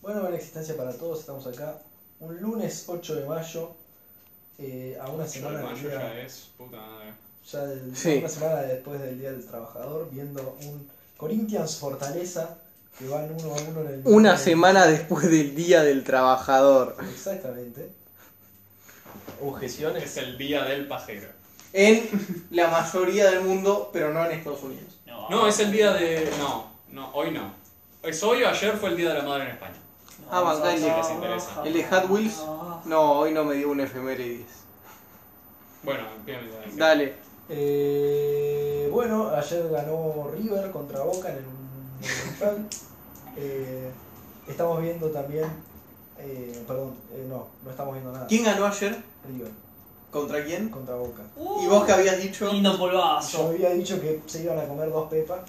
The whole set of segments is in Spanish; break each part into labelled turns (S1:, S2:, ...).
S1: Bueno, buena existencia para todos, estamos acá un lunes 8 de mayo, eh, a una
S2: Yo de
S1: semana, del
S2: mayo
S1: día-
S2: ya eh. es puta madre.
S1: ya del-
S3: Sí.
S1: una semana después del Día del Trabajador, viendo un Corinthians Fortaleza que van uno a uno en el...
S3: Una
S1: en-
S3: semana después del Día del Trabajador.
S1: Exactamente. Objeciones.
S2: Es el día del pajero.
S3: En la mayoría del mundo, pero no en Estados Unidos.
S4: No,
S2: No, es el día de. No, no, hoy no. Es hoy o ayer fue el día de la madre en España.
S3: Ah, Van Gaal,
S2: sí les interesa.
S3: ¿El de Hot Wheels? No, hoy no me dio un efemérides.
S2: Bueno, bien, bien, bien.
S3: Dale.
S1: Eh, bueno, ayer ganó River contra Boca en el Monumental. Eh, estamos viendo también... eh, perdón, eh, no, no estamos viendo nada.
S3: ¿Quién ganó ayer?
S1: River
S3: ¿Contra quién?
S1: contra Boca.
S3: ¿Y vos qué habías dicho?
S4: Uh, Lindo
S1: Yo
S4: polvazo.
S1: había dicho que se iban a comer dos pepas.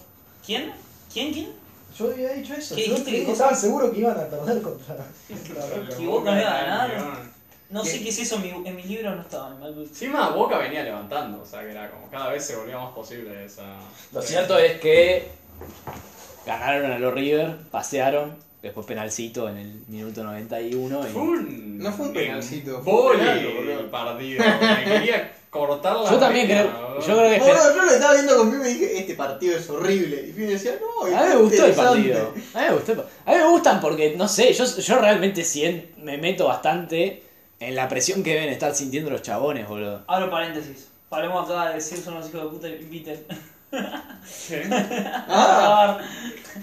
S4: ¿Quién? ¿Quién? ¿Quién?
S1: Yo había dicho eso.
S4: ¿Qué
S1: Yo
S4: dijiste?
S1: creí que estaban seguros que iban a perder contra. contra Boca.
S2: Pero
S4: que vos
S2: Boca
S4: no
S2: era
S4: ganás.
S2: el guión.
S4: No
S3: ¿Qué?
S4: sé qué es eso, en mi, en mi libro no estaba. en mi-
S2: Encima Boca venía levantando, o sea que era como cada vez se volvía más posible esa.
S5: Lo cierto es que ganaron a los River, pasearon, después penalcito en el minuto 91
S2: Fue
S5: y...
S2: un.
S3: No fue un penalcito, fue un
S2: Boli
S3: penal, boludo.
S2: el partido. Me quería cortar la.
S5: Yo también
S2: vena,
S5: creo,
S2: boludo.
S5: yo creo que... esper-
S3: Boludo, yo lo estaba viendo con Pibe y dije, este partido es horrible. Y Pibe decía, no,
S5: A mí me
S3: está
S5: gustó el
S3: interesante".
S5: partido. A mí me gustó. el pa- A mí me gustan porque, no sé, yo, yo realmente sien- me meto bastante en la presión que deben estar sintiendo los chabones, boludo.
S4: Abro paréntesis. Paremos acá de decir son los hijos de puta que inviten.
S2: ¿Qué?
S3: Ah,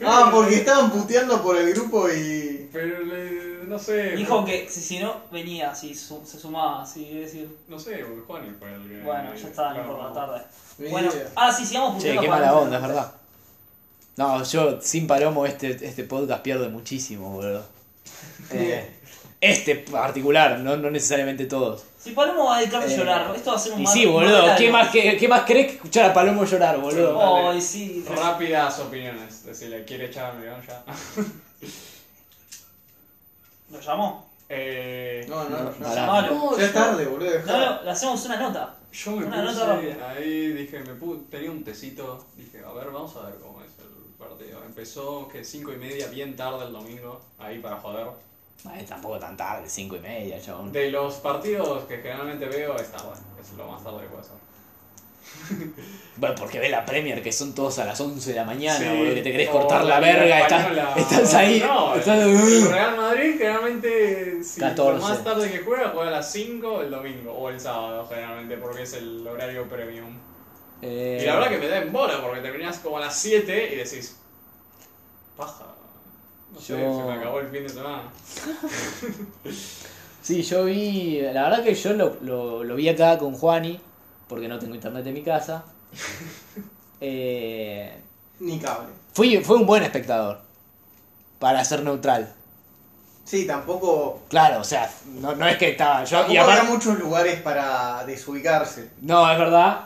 S3: ah, porque estaban puteando por el grupo y.
S2: Pero le- no sé.
S4: Dijo que si, si no, venía, si su- se sumaba, si es decir.
S2: No sé, porque Juan fue el que.
S4: Bueno, ya está, no
S2: Claro.
S4: importa, tarde.
S3: Ni
S4: Bueno,
S3: idea.
S4: ah, sí, sigamos
S5: Che,
S4: puteando
S5: qué
S4: para
S5: mala
S4: antes.
S5: onda, es verdad. No, yo sin palomo este, este podcast pierde muchísimo, boludo. Eh, este particular, no, no necesariamente todos.
S4: Si Palomo va a dedicar de
S5: Eh,
S4: llorar, esto va a ser un
S5: Y
S4: mal-
S5: sí,
S4: un mal
S5: boludo, ¿qué
S4: horario.
S5: más, qué, qué más querés que escuchar a Palomo llorar, boludo?
S4: Ay, sí.
S2: Rápidas opiniones. Decirle, ¿quiere echar a Mirón ya?
S4: ¿Lo llamó?
S2: Eh,
S3: No, no, no.
S5: Pará.
S4: Llamalo.
S3: Ya es tarde, boludo.
S4: No,
S3: dejá.
S4: no, le hacemos una nota.
S2: yo me
S4: Una
S2: puse
S4: nota rápida.
S2: ahí, dije, me pu- tenía un tecito. Dije, a ver, vamos a ver cómo es el partido. Empezó que 5 y media, bien tarde el domingo, ahí para joder.
S5: Ay, tampoco tan tarde, cinco y media, chabón.
S2: De los partidos que generalmente veo, es tarde. Es lo más tarde que puede ser.
S5: Bueno, porque ve la Premier, que son todos a las 11 de la mañana,
S2: Sí,
S5: boludo, que te querés
S2: o
S5: cortar la
S2: la Liga
S5: verga,
S2: Española.
S5: estás, estás ahí.
S2: No,
S5: estás- ¡Uh!
S2: El Real Madrid generalmente, si
S5: 14.
S2: lo más tarde que juega, juega a las 5 el domingo o el sábado generalmente, porque es el horario premium.
S5: Eh,
S2: Y la verdad que me da en bola, porque terminás como a las 7 y decís, paja, no sé,
S5: Yo-
S2: se me acabó el fin de semana.
S5: Sí, yo vi. La verdad que yo lo, lo- lo vi acá con Juani, porque no tengo internet en mi casa. Eh,
S3: Ni cable.
S5: fui, fue un buen espectador. Para ser neutral.
S3: Sí, tampoco.
S5: Claro, o sea, no, no es que estaba. Yo, y
S3: tampoco
S5: aparte-
S3: habrá muchos lugares para desubicarse.
S5: no, es verdad.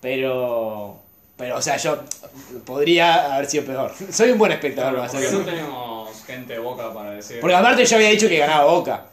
S5: Pero. Pero, o sea, yo podría haber sido peor. Soy un buen espectador,
S2: Claro,
S5: para ser
S2: porque no
S5: neutral.
S2: tenemos gente de boca para decir.
S5: Porque aparte yo había dicho que ganaba Boca.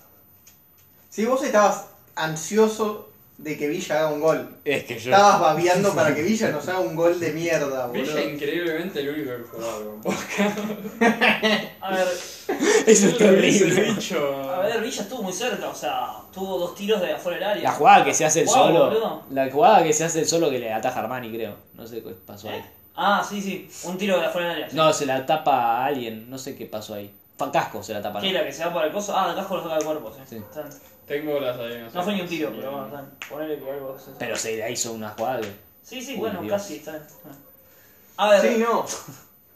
S3: Si vos estabas ansioso de que Villa haga un gol,
S5: Es que yo.
S3: estabas babeando para que Villa nos haga un gol de mierda, boludo.
S2: Villa increíblemente el único que jugaba con Boca.
S4: A ver,
S5: Eso es
S2: Lo hubiese
S5: terrible.
S2: dicho.
S4: a ver, Villa estuvo muy cerca, o sea, tuvo dos tiros de afuera del área.
S5: La jugada que se hace el
S4: Guau,
S5: solo.
S4: boludo.
S5: La jugada que se hace el solo que le ataja Armani, creo. No sé qué pasó ahí.
S4: Ah, sí, sí, un tiro de afuera del área. sí.
S5: No, se la tapa a alguien, no sé qué pasó ahí. Facasco se la tapa.
S4: ¿Qué
S5: ¿no?
S4: la que se va para el coso? Ah, de casco lo saca de cuerpo, sí.
S5: Sí.
S4: Están-
S2: Tengo las adivinanzas.
S4: No fue ni un tiro, pero bueno, están. Ponele que algo. sí, sí.
S5: Pero se la hizo una jugada. que-
S4: Sí, sí,
S5: Uy,
S4: bueno,
S5: Dios.
S4: casi están. A ver,
S3: Sí, no.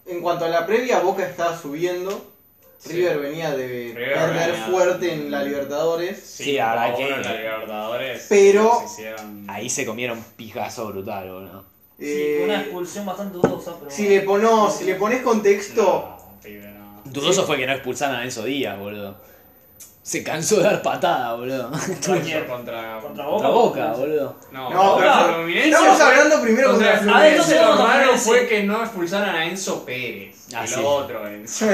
S3: En cuanto a la previa, Boca estaba subiendo.
S2: Sí.
S3: River venía de
S2: River
S3: perder
S2: venía-
S3: fuerte en la Libertadores.
S2: Sí,
S5: Sí, ahora
S2: que.
S5: que-
S2: La Libertadores.
S3: Pero-
S2: se hicieron-
S5: Ahí se comieron pijazo brutal, boludo.
S4: sí, una
S3: Eh,
S4: expulsión bastante dudosa, pero.
S3: si le, pon- no, si le pones contexto,
S2: No, pibe, no.
S5: Dudoso fue que no expulsaran a Enzo Díaz, boludo. Se cansó de dar patada, boludo.
S4: ¿Contra
S2: Eso
S4: quién?
S2: Contra.
S4: Contra
S5: Contra boca, boludo.
S2: No,
S3: No,
S2: contra
S4: pero-
S2: Fluminense
S3: estamos
S2: fue-
S3: hablando primero
S2: O sea,
S3: contra
S4: Ah,
S2: Fluminense
S4: entonces
S2: lo
S4: vamos a
S2: malo
S4: Fluminense.
S2: fue que no expulsaran a Enzo Pérez.
S5: Ah,
S2: el
S5: sí.
S2: otro Enzo.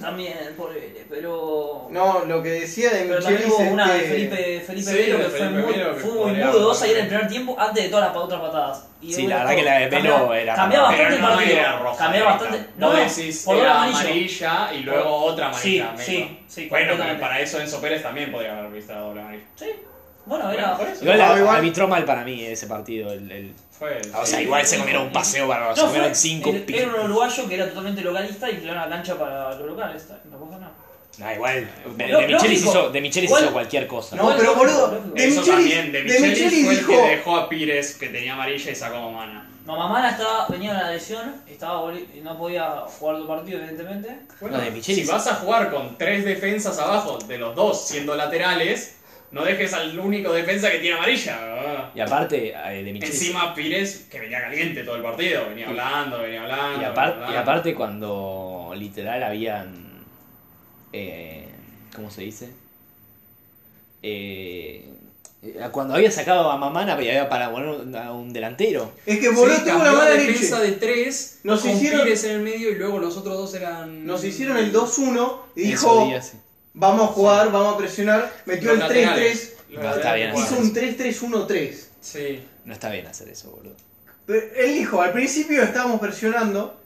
S4: También, ponele, pero.
S3: No, lo que decía de
S4: Pero
S3: Micheli
S4: también hubo
S3: es
S4: una de
S3: que-
S4: Felipe, Felipe
S2: Sí,
S4: Melo
S2: lo
S4: que
S2: de
S4: fue
S2: Felipe
S4: muy,
S2: Melo que
S4: fue muy
S2: podría-
S4: mudo dos ahí en el primer tiempo antes de todas las pa- otras patadas. Y
S5: Sí,
S4: bueno,
S5: la verdad que la de
S4: cambia-
S5: Melo era.
S4: Cambiaba
S5: para-
S4: bastante el
S2: Pero no
S4: partido.
S2: era roja.
S4: Cambiaba
S2: directa.
S4: bastante.
S2: Vos
S4: No, no,
S2: decís,
S4: por
S2: era
S4: era amarillo.
S2: amarilla y luego otra amarilla.
S4: Sí,
S2: medio.
S4: sí,
S2: Bueno,
S4: sí,
S2: pero
S4: completamente.
S2: para eso Enzo Pérez también podría haber visto la doble amarilla.
S4: Sí. Bueno,
S2: Bueno,
S4: era.
S2: por eso.
S5: Igual la-
S3: No, igual-
S5: arbitró mal para mí ese partido. el- el-
S2: Fue,
S4: Ah,
S5: O sea,
S2: sí.
S5: igual se comieron un paseo bárbaro, se
S4: No, fue-
S5: comieron cinco
S4: era-
S5: pi-
S4: Era un uruguayo que era totalmente localista y creó una cancha para los locales. está- No pasa nada.
S5: Ah, igual. De,
S4: Lo-
S5: de Michelis
S4: lógico.
S5: hizo, de Michelis
S4: Igual-
S5: hizo cualquier cosa.
S3: No, pero boludo, de
S2: Eso
S3: Michelis-
S2: también, de
S3: de
S2: Michelis,
S3: Michelis
S2: fue el
S3: dijo-
S2: que dejó a Pires, que tenía amarilla, y sacó a Mana.
S4: No, Mamana estaba, venía de una lesión, estaba, boli- no podía jugar dos partidos, evidentemente.
S2: Bueno,
S5: No, de Michelis.
S2: Si vas a jugar con tres defensas abajo de los dos siendo laterales, no dejes al único defensa que tiene amarilla. ¿verdad?
S5: Y aparte, eh, de Michelis.
S2: Encima Pires, que venía caliente todo el partido, venía hablando, venía hablando.
S5: Y,
S2: venía
S5: apar- y
S2: hablando.
S5: aparte cuando literal habían... eh, ¿Cómo se dice? Eh, eh, cuando había sacado a Mamana y había para poner un- a un delantero.
S3: Es que boludo
S2: Sí,
S3: tuvo
S2: cambió
S3: una mala
S2: la
S3: leche.
S2: defensa de tres,
S3: Nos
S2: con
S3: hicieron-
S2: Pires en el medio y luego los otros dos eran...
S3: Nos hicieron el 2-1 y
S5: Esos
S3: dijo,
S5: días, sí.
S3: vamos a jugar, vamos a presionar. Metió
S2: Los
S3: el 3-3,
S2: laterales.
S5: No, está bien,
S3: hizo un 3-3-1-3.
S2: Sí.
S5: No está bien hacer eso, boludo.
S3: Pero él dijo, al principio estábamos presionando,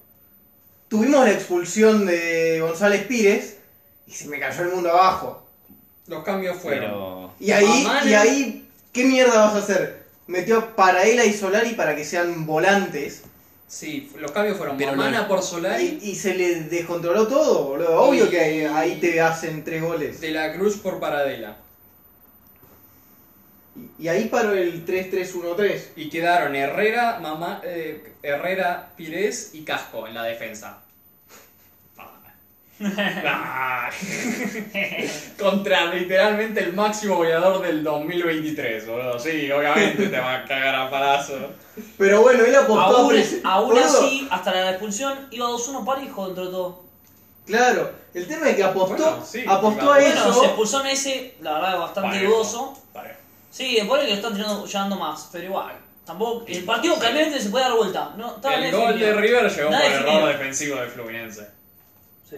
S3: tuvimos la expulsión de González Pires y se me cayó el mundo abajo.
S2: Los cambios fueron.
S5: Pero...
S3: Y ahí,
S2: Mamá
S3: y
S2: le-
S3: ahí, ¿qué mierda vas a hacer? Metió a Paraela y Solari para que sean volantes
S2: Sí, los cambios fueron
S5: Pero
S2: Mamana
S5: no-
S2: por
S3: y,
S2: Solari,
S3: y se le descontroló todo, boludo. Obvio
S2: Y-
S3: que ahí, ahí te hacen tres goles.
S2: De la Cruz por Paradela.
S3: Y- Y ahí paró el 3-3-1-3.
S2: Y quedaron Herrera, Mamá, eh, Herrera, Pires y Casco en la defensa. Ah. Contra literalmente el máximo goleador del 2023, boludo. Sí, obviamente te va a cagar a palazo.
S3: Pero bueno, él apostó a
S4: Aún,
S3: presi-
S4: aún
S3: boludo,
S4: así, hasta la expulsión, iba 2-1 para y contra todo.
S3: Claro, el tema es que apostó,
S2: Bueno, sí,
S3: apostó a
S2: claro.
S4: Bueno, se
S3: eso.
S4: expulsó en ese, la verdad, bastante
S2: Parejo,
S4: dudoso.
S2: parejo.
S4: Sí, después que lo están tirando, llevando más, pero igual. Tampoco, el partido cambiante se puede dar vuelta. No, estaba
S2: El
S4: bien
S2: gol de
S4: definido.
S2: River llegó
S4: Nada
S2: por error
S4: definido.
S2: defensivo de Fluminense.
S4: Sí.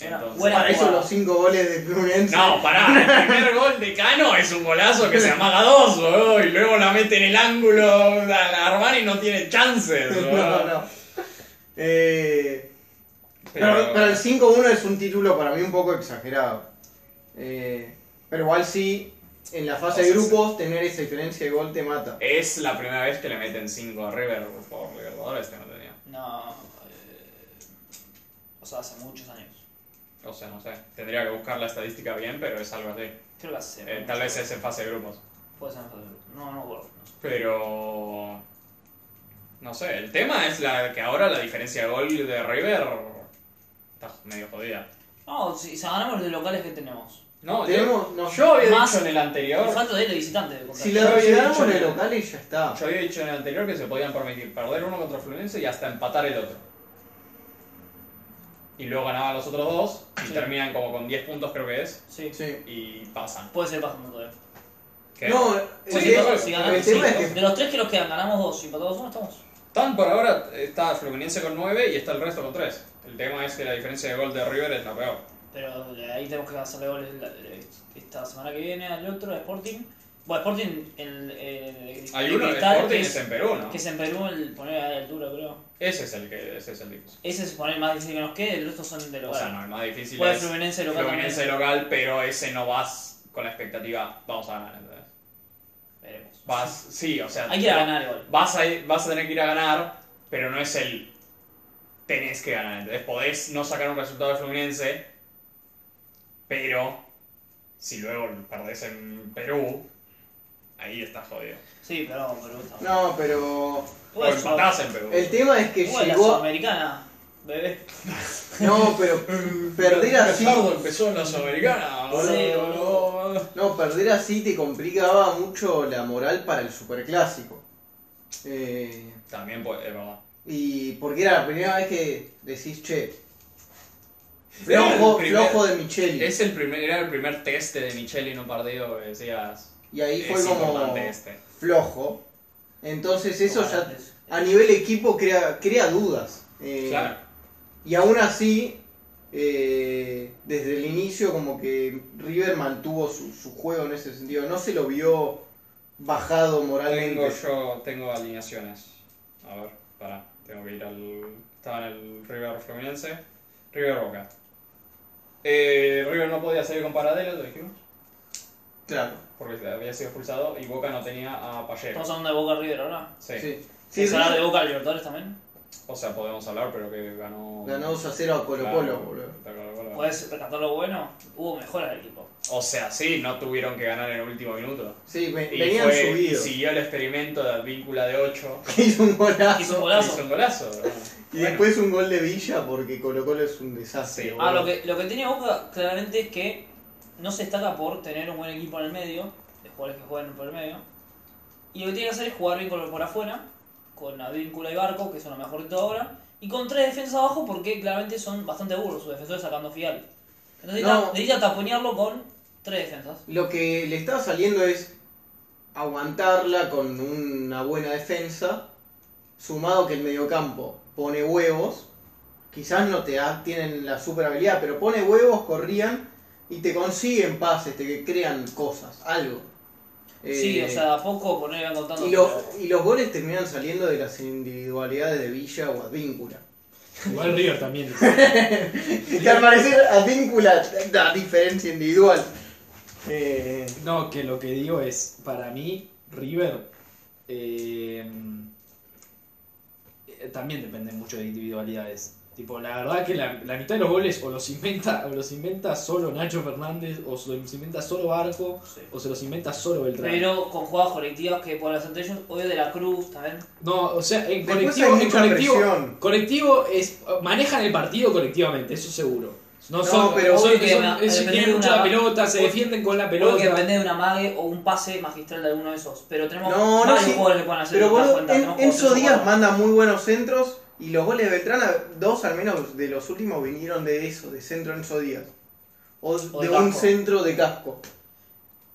S4: Buena-
S2: Entonces,
S4: buena
S3: Para eso
S4: jugada.
S3: los cinco goles de Fluminense.
S2: No, pará, el primer gol de Cano es un golazo que se amaga dos, boludo, y luego la mete en el ángulo a la Armani no tiene chances, boludo.
S3: no, no. Eh,
S2: Pero-
S3: pero, pero el 5-1 es un título para mí un poco exagerado. Eh, pero igual sí, en la fase
S2: O
S3: de
S2: sea,
S3: grupos, tener esa diferencia de gol te mata.
S2: Es la primera vez que le meten 5 a River pues, por Libertadores, tengo entendido.
S4: No. eh, o sea, hace muchos años.
S2: O sea, no sé, tendría que buscar la estadística bien, pero es algo así.
S4: Creo que hace.
S2: Eh,
S4: muchos
S2: tal vez
S4: años.
S2: es en fase de grupos.
S4: Puede ser. No, no, bueno.
S2: Pero... No sé, el tema es la que ahora la diferencia de gol de River está medio jodida.
S4: No, si, si ganamos los locales que tenemos.
S2: No,
S3: Tenemos-
S2: yo,
S3: no.
S2: yo había
S4: Más-
S2: dicho en el anterior.
S4: El falta de él de visitante. de contar.
S3: Si
S2: Yo
S3: le
S2: había
S3: si ganamos
S2: dicho
S3: en
S2: que-
S3: el local y ya está.
S2: Yo había dicho en el anterior que se podían permitir perder uno contra Fluminense y hasta empatar el otro. Y luego ganaban los otros dos y
S4: Sí.
S2: terminan como con 10 puntos creo que es
S4: Sí.
S3: Sí.
S2: y pasan.
S4: Puede ser pasando todavía.
S2: ¿Qué?
S3: No, eh,
S4: Sí,
S3: el,
S2: sí,
S3: tema-
S2: no,
S4: si
S2: sí,
S4: ganamos,
S3: el tema
S4: sí,
S3: es que
S4: De los tres que nos quedan, ganamos dos y empatados uno, estamos.
S2: Tan por ahora está Fluminense con 9 y está el resto con 3. El tema es que la diferencia de gol de River es la peor.
S4: Pero de ahí tenemos que hacerle goles la- la- esta semana que viene al otro, a Sporting. Bueno, Sporting, el. el-
S2: Hay
S4: el
S2: uno de
S4: Cristal,
S2: Sporting
S4: que
S2: es en Perú, ¿no?
S4: que es en Perú, el poner a la altura, creo.
S2: Ese es el que ese es el difícil.
S4: Ese es poner más difícil que nos quede, los otros son de
S2: O
S4: local.
S2: sea, no, el más difícil
S4: Puede
S2: es
S4: Fluminense local.
S2: Fluminense
S4: también.
S2: local, pero ese no vas con la expectativa, vamos a ganar, ¿entendés?
S4: Veremos.
S2: Vas, sí, o sea,
S4: Hay que ir a ganar igual.
S2: vas a, ir- vas a tener que ir a ganar, pero no es el tenés que ganar. Entonces podés no sacar un resultado de Fluminense, pero si luego perdés en Perú, ahí estás jodido.
S4: Sí, pero no, Perú está.
S3: no, pero
S2: O
S4: Bueno,
S2: empatás en Perú.
S3: Pues, el tema es que
S4: Igual la
S3: llegó.
S4: sudamericana, bebé.
S3: No, pero perder así.
S2: Gallardo empezó en la Sudamericana. boludo,
S4: Sí,
S2: boludo.
S3: No, perder así te complicaba mucho la moral para el superclásico. Eh,
S2: También puede, es verdad.
S3: y porque era la primera vez que decís, che,
S2: Era el
S3: flojo,
S2: primer-
S3: flojo de Micheli.
S2: Es el primer, era el primer test de Micheli en un partido que decías.
S3: y ahí fue
S2: es
S3: como
S2: importante este.
S3: flojo. Entonces eso
S4: Como
S3: ya
S4: antes.
S3: a nivel equipo crea, crea dudas. Eh,
S2: Claro.
S3: Y aún así eh, desde el inicio como que River mantuvo su, su juego en ese sentido. No se lo vio bajado moralmente.
S2: Tengo yo, tengo alineaciones. A ver, pará, tengo que ir al. Estaba en el River Fluminense. River Boca. Eh, River no podía salir con Paradelo, lo dijimos,
S3: Claro,
S2: porque había sido expulsado y Boca no tenía a Pallero.
S4: Estamos hablando de Boca River ahora.
S2: Sí.
S3: sí. Sí,
S4: ¿Quieres hablar
S3: River
S4: de Boca Libertadores también?
S2: O sea, podemos hablar, pero que ganó.
S3: ganó 2 a 0 a Colo Colo,
S2: Claro,
S3: boludo.
S2: Colo Colo.
S4: ¿Puedes rescatar lo bueno? Hubo mejoras del equipo.
S2: O sea, sí, no tuvieron que ganar en el último minuto.
S3: Sí, ve-
S2: Y
S3: venían
S2: fue-
S3: subidos.
S2: siguió el experimento de víncula de 8.
S3: Hizo un golazo.
S4: Hizo un
S2: Hizo
S4: golazo.
S2: un golazo.
S3: Y después un gol de Villa porque Colo Colo es un desastre.
S2: Sí.
S3: boludo.
S4: Ah, lo que, lo que tiene Boca claramente es que no se destaca por tener un buen equipo en el medio, de jugadores que juegan por el medio. Y lo que tiene que hacer es jugar bien con- por afuera, con Advíncula y Barco, que son lo mejor de todo ahora, y con tres defensas abajo porque claramente son bastante burros sus defensores sacando fial. Entonces
S3: No.
S4: necesita- necesita taponearlo con tres defensas.
S3: Lo que le estaba saliendo es aguantarla con una buena defensa, sumado que el mediocampo pone huevos, quizás no te da- tienen la super habilidad, pero pone huevos, corrían y te consiguen pases, te crean cosas, algo.
S4: sí,
S3: Eh,
S4: o sea, de a poco poner van contando.
S3: Y los,
S4: pero-
S3: y los goles terminan saliendo de las individualidades de Villa o Advíncula.
S6: Igual River también.
S3: Que al parecer Advíncula da diferencia individual. Eh,
S6: No, que lo que digo es, para mí, River eh, eh, también depende mucho de individualidades. Tipo, la verdad que la, la mitad de los goles o los inventa, o los inventa solo Nacho Fernández, o se los inventa solo Barco,
S4: Sí.
S6: o se los inventa solo Beltrán.
S4: Pero con jugadas colectivas que pueden hacer entre ellos, hoy de la Cruz también.
S6: No, o sea, en
S3: Después
S6: colectivo,
S3: hay
S6: en
S3: mucha
S6: colectivo,
S3: presión.
S6: colectivo es manejan el partido colectivamente, eso seguro. No,
S3: No,
S6: son,
S3: pero
S6: son-
S4: obvio que
S6: son-
S4: va-
S6: es-
S4: depende de
S6: tienen mucha
S4: una-
S6: pelota, se defienden con la
S4: Creo
S6: pelota.
S4: que depende de una mague o un pase magistral de alguno de esos. Pero tenemos
S3: No, no,
S4: varios
S3: sí.
S4: jugadores que pueden hacer
S3: Pero
S4: estas
S3: boludo,
S4: cuentas,
S3: En-
S4: tenemos como
S3: Enzo
S4: tres o
S3: Díaz
S4: cuatro.
S3: manda muy buenos centros y los goles de Beltrán, dos al menos de los últimos vinieron de eso, de centro Enzo Díaz. O,
S4: O
S3: de,
S4: de
S3: un
S4: casco.
S3: centro de casco.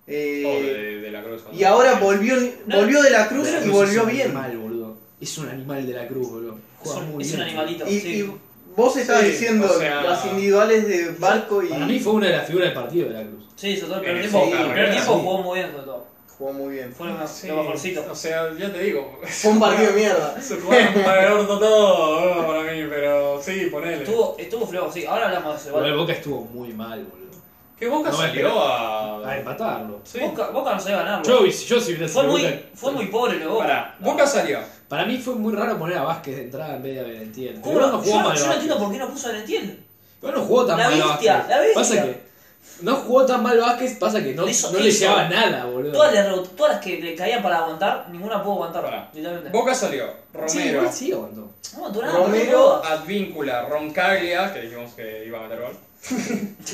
S3: Eh,
S2: O de, de la cruz. cuando-
S3: y ahora volvió,
S4: No.
S3: volvió de la cruz
S6: De la
S3: y
S6: Cruz es
S3: volvió
S6: un
S3: bien.
S6: Animal, boludo. Es un animal de la cruz, boludo.
S4: Es
S6: Juega
S4: un,
S6: muy
S4: es un
S6: bien.
S4: animalito.
S3: Y,
S4: sí.
S3: y vos estabas
S2: Sí,
S3: diciendo
S2: o sea-
S3: las individuales de Barco y
S6: Para mí fue una de las figuras del partido de la cruz.
S4: Sí, sobre todo el primer
S2: Eh,
S4: tiempo.
S3: sí,
S4: el primer
S2: sí.
S4: tiempo jugó muy bien, sobre todo.
S3: jugó muy bien.
S4: Fue lo, más-
S2: Sí,
S4: lo mejorcito.
S2: O sea, ya te digo.
S3: Fue un partido de mierda.
S2: Se jugaron para el orto todo, ¿no? para mí, pero sí, ponele.
S4: Estuvo, estuvo flojo, sí. Ahora hablamos de eso.
S6: Pero el
S4: igual.
S6: Boca estuvo muy mal, boludo.
S2: Que Boca
S6: No,
S2: salió
S6: A
S2: a.
S6: empatarlo.
S2: Sí.
S4: Boca, Boca no sabía ganar.
S6: Yo, yo si hubiera
S4: Fue
S6: sido
S4: muy,
S6: Boca-
S4: fue muy pobre lo de Boca.
S2: Pará,
S4: No.
S2: Boca salió.
S6: Para mí fue muy raro poner a Vázquez de entrada en vez de a Benetiel.
S4: ¿Cómo
S6: Igual
S4: no?
S6: jugó
S4: Yo, yo
S6: mal
S4: no
S6: Vázquez.
S4: entiendo por qué no puso Valentín.
S6: Igual no jugó tan
S4: La
S6: mal
S4: bestia,
S6: Vázquez.
S4: la bestia.
S6: Pasa que no jugó tan mal Vázquez, pasa que no,
S4: Le hizo-
S6: no
S4: le
S6: le
S4: hizo-
S6: llevaba nada, boludo.
S4: Todas, las rebo- todas las que le caían para aguantar, ninguna pudo aguantar.
S2: Pará.
S4: Literalmente.
S2: Boca salió.
S6: Sí,
S2: Romero.
S6: igual sí aguantó.
S4: No, tú nada,
S3: Romero-
S2: Advíncula, Roncaglia, que dijimos que iba a meter gol.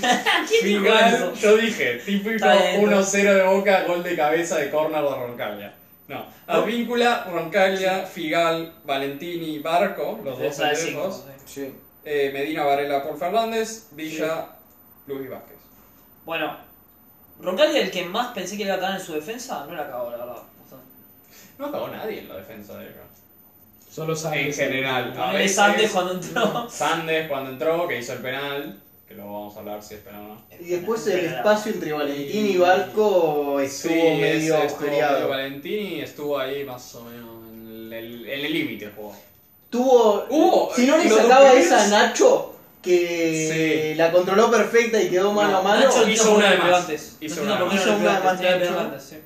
S4: Ah, ¿Quién dijo eso?
S2: Final, yo dije, típico
S4: Está bien,
S2: 1-0 de Boca, gol de cabeza de córner de Roncaglia. No, Advíncula, Roncaglia, Figal, Valentini, Barco, los dos
S4: Defensa de cinco,
S2: pendejos.
S4: sí.
S3: Sí.
S2: Eh, Medina Varela por Fernández, Villa, Luis Vázquez.
S4: Bueno, Roncalli, el que más pensé que le iba a cagar en su defensa, no la cagó, la verdad. O sea,
S2: No acabó nadie en la defensa de Boca.
S6: Solo sabe
S2: En
S6: que-
S2: general. A
S4: Ponele
S2: veces,
S4: Sandes cuando entró.
S2: Sandes cuando entró, que hizo el penal, que luego vamos a hablar si es penal o no.
S3: Y después el espacio entre Valentín y Barco estuvo
S2: ese
S3: medio
S2: estuvo medio
S3: peleado.
S2: Valentini estuvo ahí más o menos en el- en el límite el juego.
S3: Tuvo.
S2: Hubo-
S3: si no le
S2: los
S3: sacaba
S2: primeros-
S3: esa a Nacho, que
S2: Sí.
S3: la controló perfecta y quedó mano
S2: No,
S3: a mano,
S4: Nacho
S2: hizo
S4: no
S2: una de
S4: lo
S2: más.
S4: levantes.
S2: Hizo
S4: No entiendo
S2: una
S4: por qué
S3: más.
S4: no
S3: Hizo una
S4: lo
S3: de
S4: levantes,
S3: más,
S4: tenía que
S3: Nacho.
S4: levantes, sí.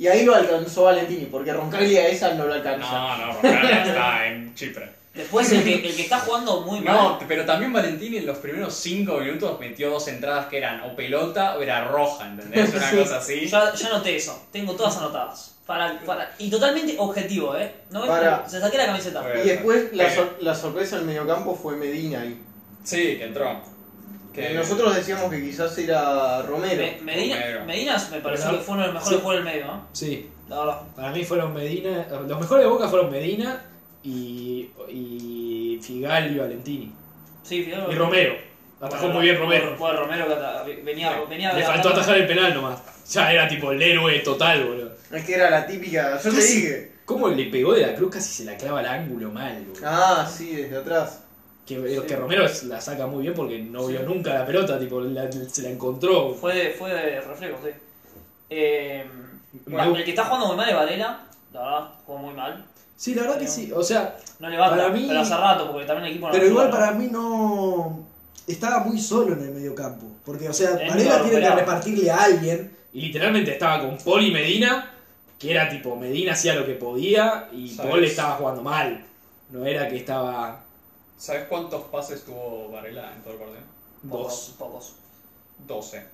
S3: y ahí lo alcanzó Valentini, porque Roncaglia esa no lo alcanza.
S2: No, no, Roncaglia está en Chipre.
S4: Después el que, el que está jugando muy
S2: No,
S4: mal.
S2: pero también Valentini en los primeros 5 minutos metió dos entradas que eran o pelota o era roja, ¿entendés? Una cosa así.
S4: Yo, yo anoté eso, tengo todas anotadas. Para, para, y totalmente objetivo, ¿eh? No,
S3: Para.
S4: Se saqué la camiseta.
S2: Bueno.
S3: Y después la,
S2: Sí.
S3: sor- la sorpresa del mediocampo fue Medina ahí.
S2: Sí, que entró. Eh,
S3: Que nosotros decíamos que quizás era Romero.
S4: Me- Medina,
S2: Romero.
S4: Medina me pareció
S6: Bueno.
S4: que fue uno de los mejores
S6: Sí.
S4: jugadores del medio, ¿no?
S6: Sí,
S4: La verdad.
S6: para mí fueron Medina. Los mejores de Boca fueron Medina y, y Figal y Valentini.
S4: Sí, fíjate.
S6: Y Romero. Atajó muy bien Romero.
S4: Fue Romero que ata- venía, venía
S6: Le faltó atajar el penal nomás. Ya era tipo el héroe total, boludo.
S3: Es que era la típica. Yo te
S6: Casi.
S3: dije.
S6: ¿Cómo le pegó de la cruz? Casi se la clava al ángulo mal, boludo.
S3: Ah, sí, Ah, desde atrás.
S6: Que, que Romero es- la saca muy bien porque no vio nunca la pelota, tipo, la- se la encontró.
S4: Fue de, fue de reflejo, sí. Eh, bueno,
S6: Mau-
S4: el que está jugando muy mal es Varela. La verdad, jugó muy mal.
S6: Sí, la verdad que sí. O sea,
S4: No levanta,
S1: Para mí-
S4: pero hace rato, porque también el equipo no
S1: Pero
S4: ayuda,
S1: igual
S4: ¿no?
S1: para mí no. Estaba muy solo en el mediocampo. Porque, o sea,
S4: Es
S1: Varela tiene que
S4: incorporado.
S1: repartirle a alguien.
S6: Y literalmente estaba con Paul y Medina, que era tipo, Medina hacía lo que podía y
S2: ¿Sabes?
S6: Paul estaba jugando mal. No era que estaba
S2: ¿Sabes cuántos pases tuvo Varela en todo el partido?
S4: Pocos,
S6: dos.
S4: pocos.
S2: 12.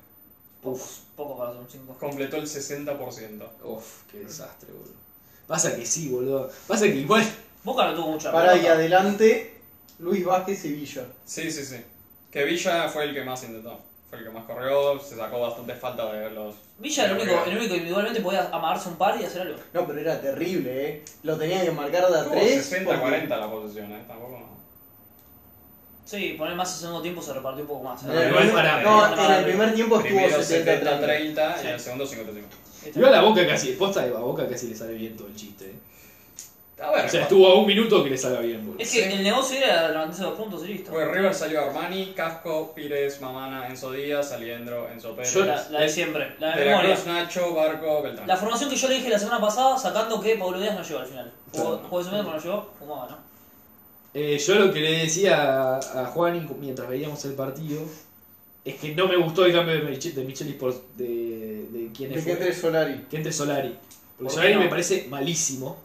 S4: Pocos, pocos para hacer un 5.
S2: Completó el 60%.
S6: Uf, qué desastre, boludo. Pasa que sí, boludo. Pasa que igual.
S4: Boca no tuvo mucha
S3: Para y
S4: pelota.
S3: adelante, Luis Vázquez y Villa.
S2: Sí, sí, sí. Que Villa fue el que más intentó. Fue el que más corrió, se sacó bastantes faltas de los...
S4: Villa el único, el único que individualmente podía amarse un par y hacer algo.
S3: No, pero era terrible, ¿eh? Lo tenía que marcar de a
S2: Tuvo
S3: 3.
S2: 60-40 la posición, ¿eh? Tampoco...
S4: Sí, poner más el segundo tiempo se repartió un poco más.
S3: En
S6: No,
S3: el,
S4: Este-
S6: igual
S3: primer,
S6: para-
S3: no, en el primer tiempo estuvo
S2: Primero 70-30
S3: 70-30.
S2: y
S4: Sí.
S2: en el segundo 55.
S4: Este.
S6: Igual a Boca casi. Posta de a Boca casi le sale bien todo el chiste. eh.
S2: A ver,
S6: O sea, estuvo a un minuto que le salga bien, boludo.
S4: Es que el negocio era levantarse dos puntos y listo.
S2: Pues River salió Armani, Casco, Pires, Mamana, Enzo Díaz, Aliendro, Enzo Pérez.
S6: Yo
S4: La, la de siempre, la de
S2: de la
S4: memoria.
S2: Cruz, Nacho, Barco, Beltrán.
S4: La formación que yo le dije la semana pasada, sacando que Pablo Díaz no llegó al final. Jugó, jugó de suplente, pero no llegó, fumaba, ¿no?
S6: Eh, yo lo que le decía a, a Juan mientras veíamos el partido es que no me gustó el cambio de, Mich de Michelis por. de, de quién
S3: De
S6: es.
S3: que entre Solari.
S6: que entre Solari.
S4: ¿Por
S6: Porque
S4: qué
S6: Solari
S4: no?
S6: me parece malísimo.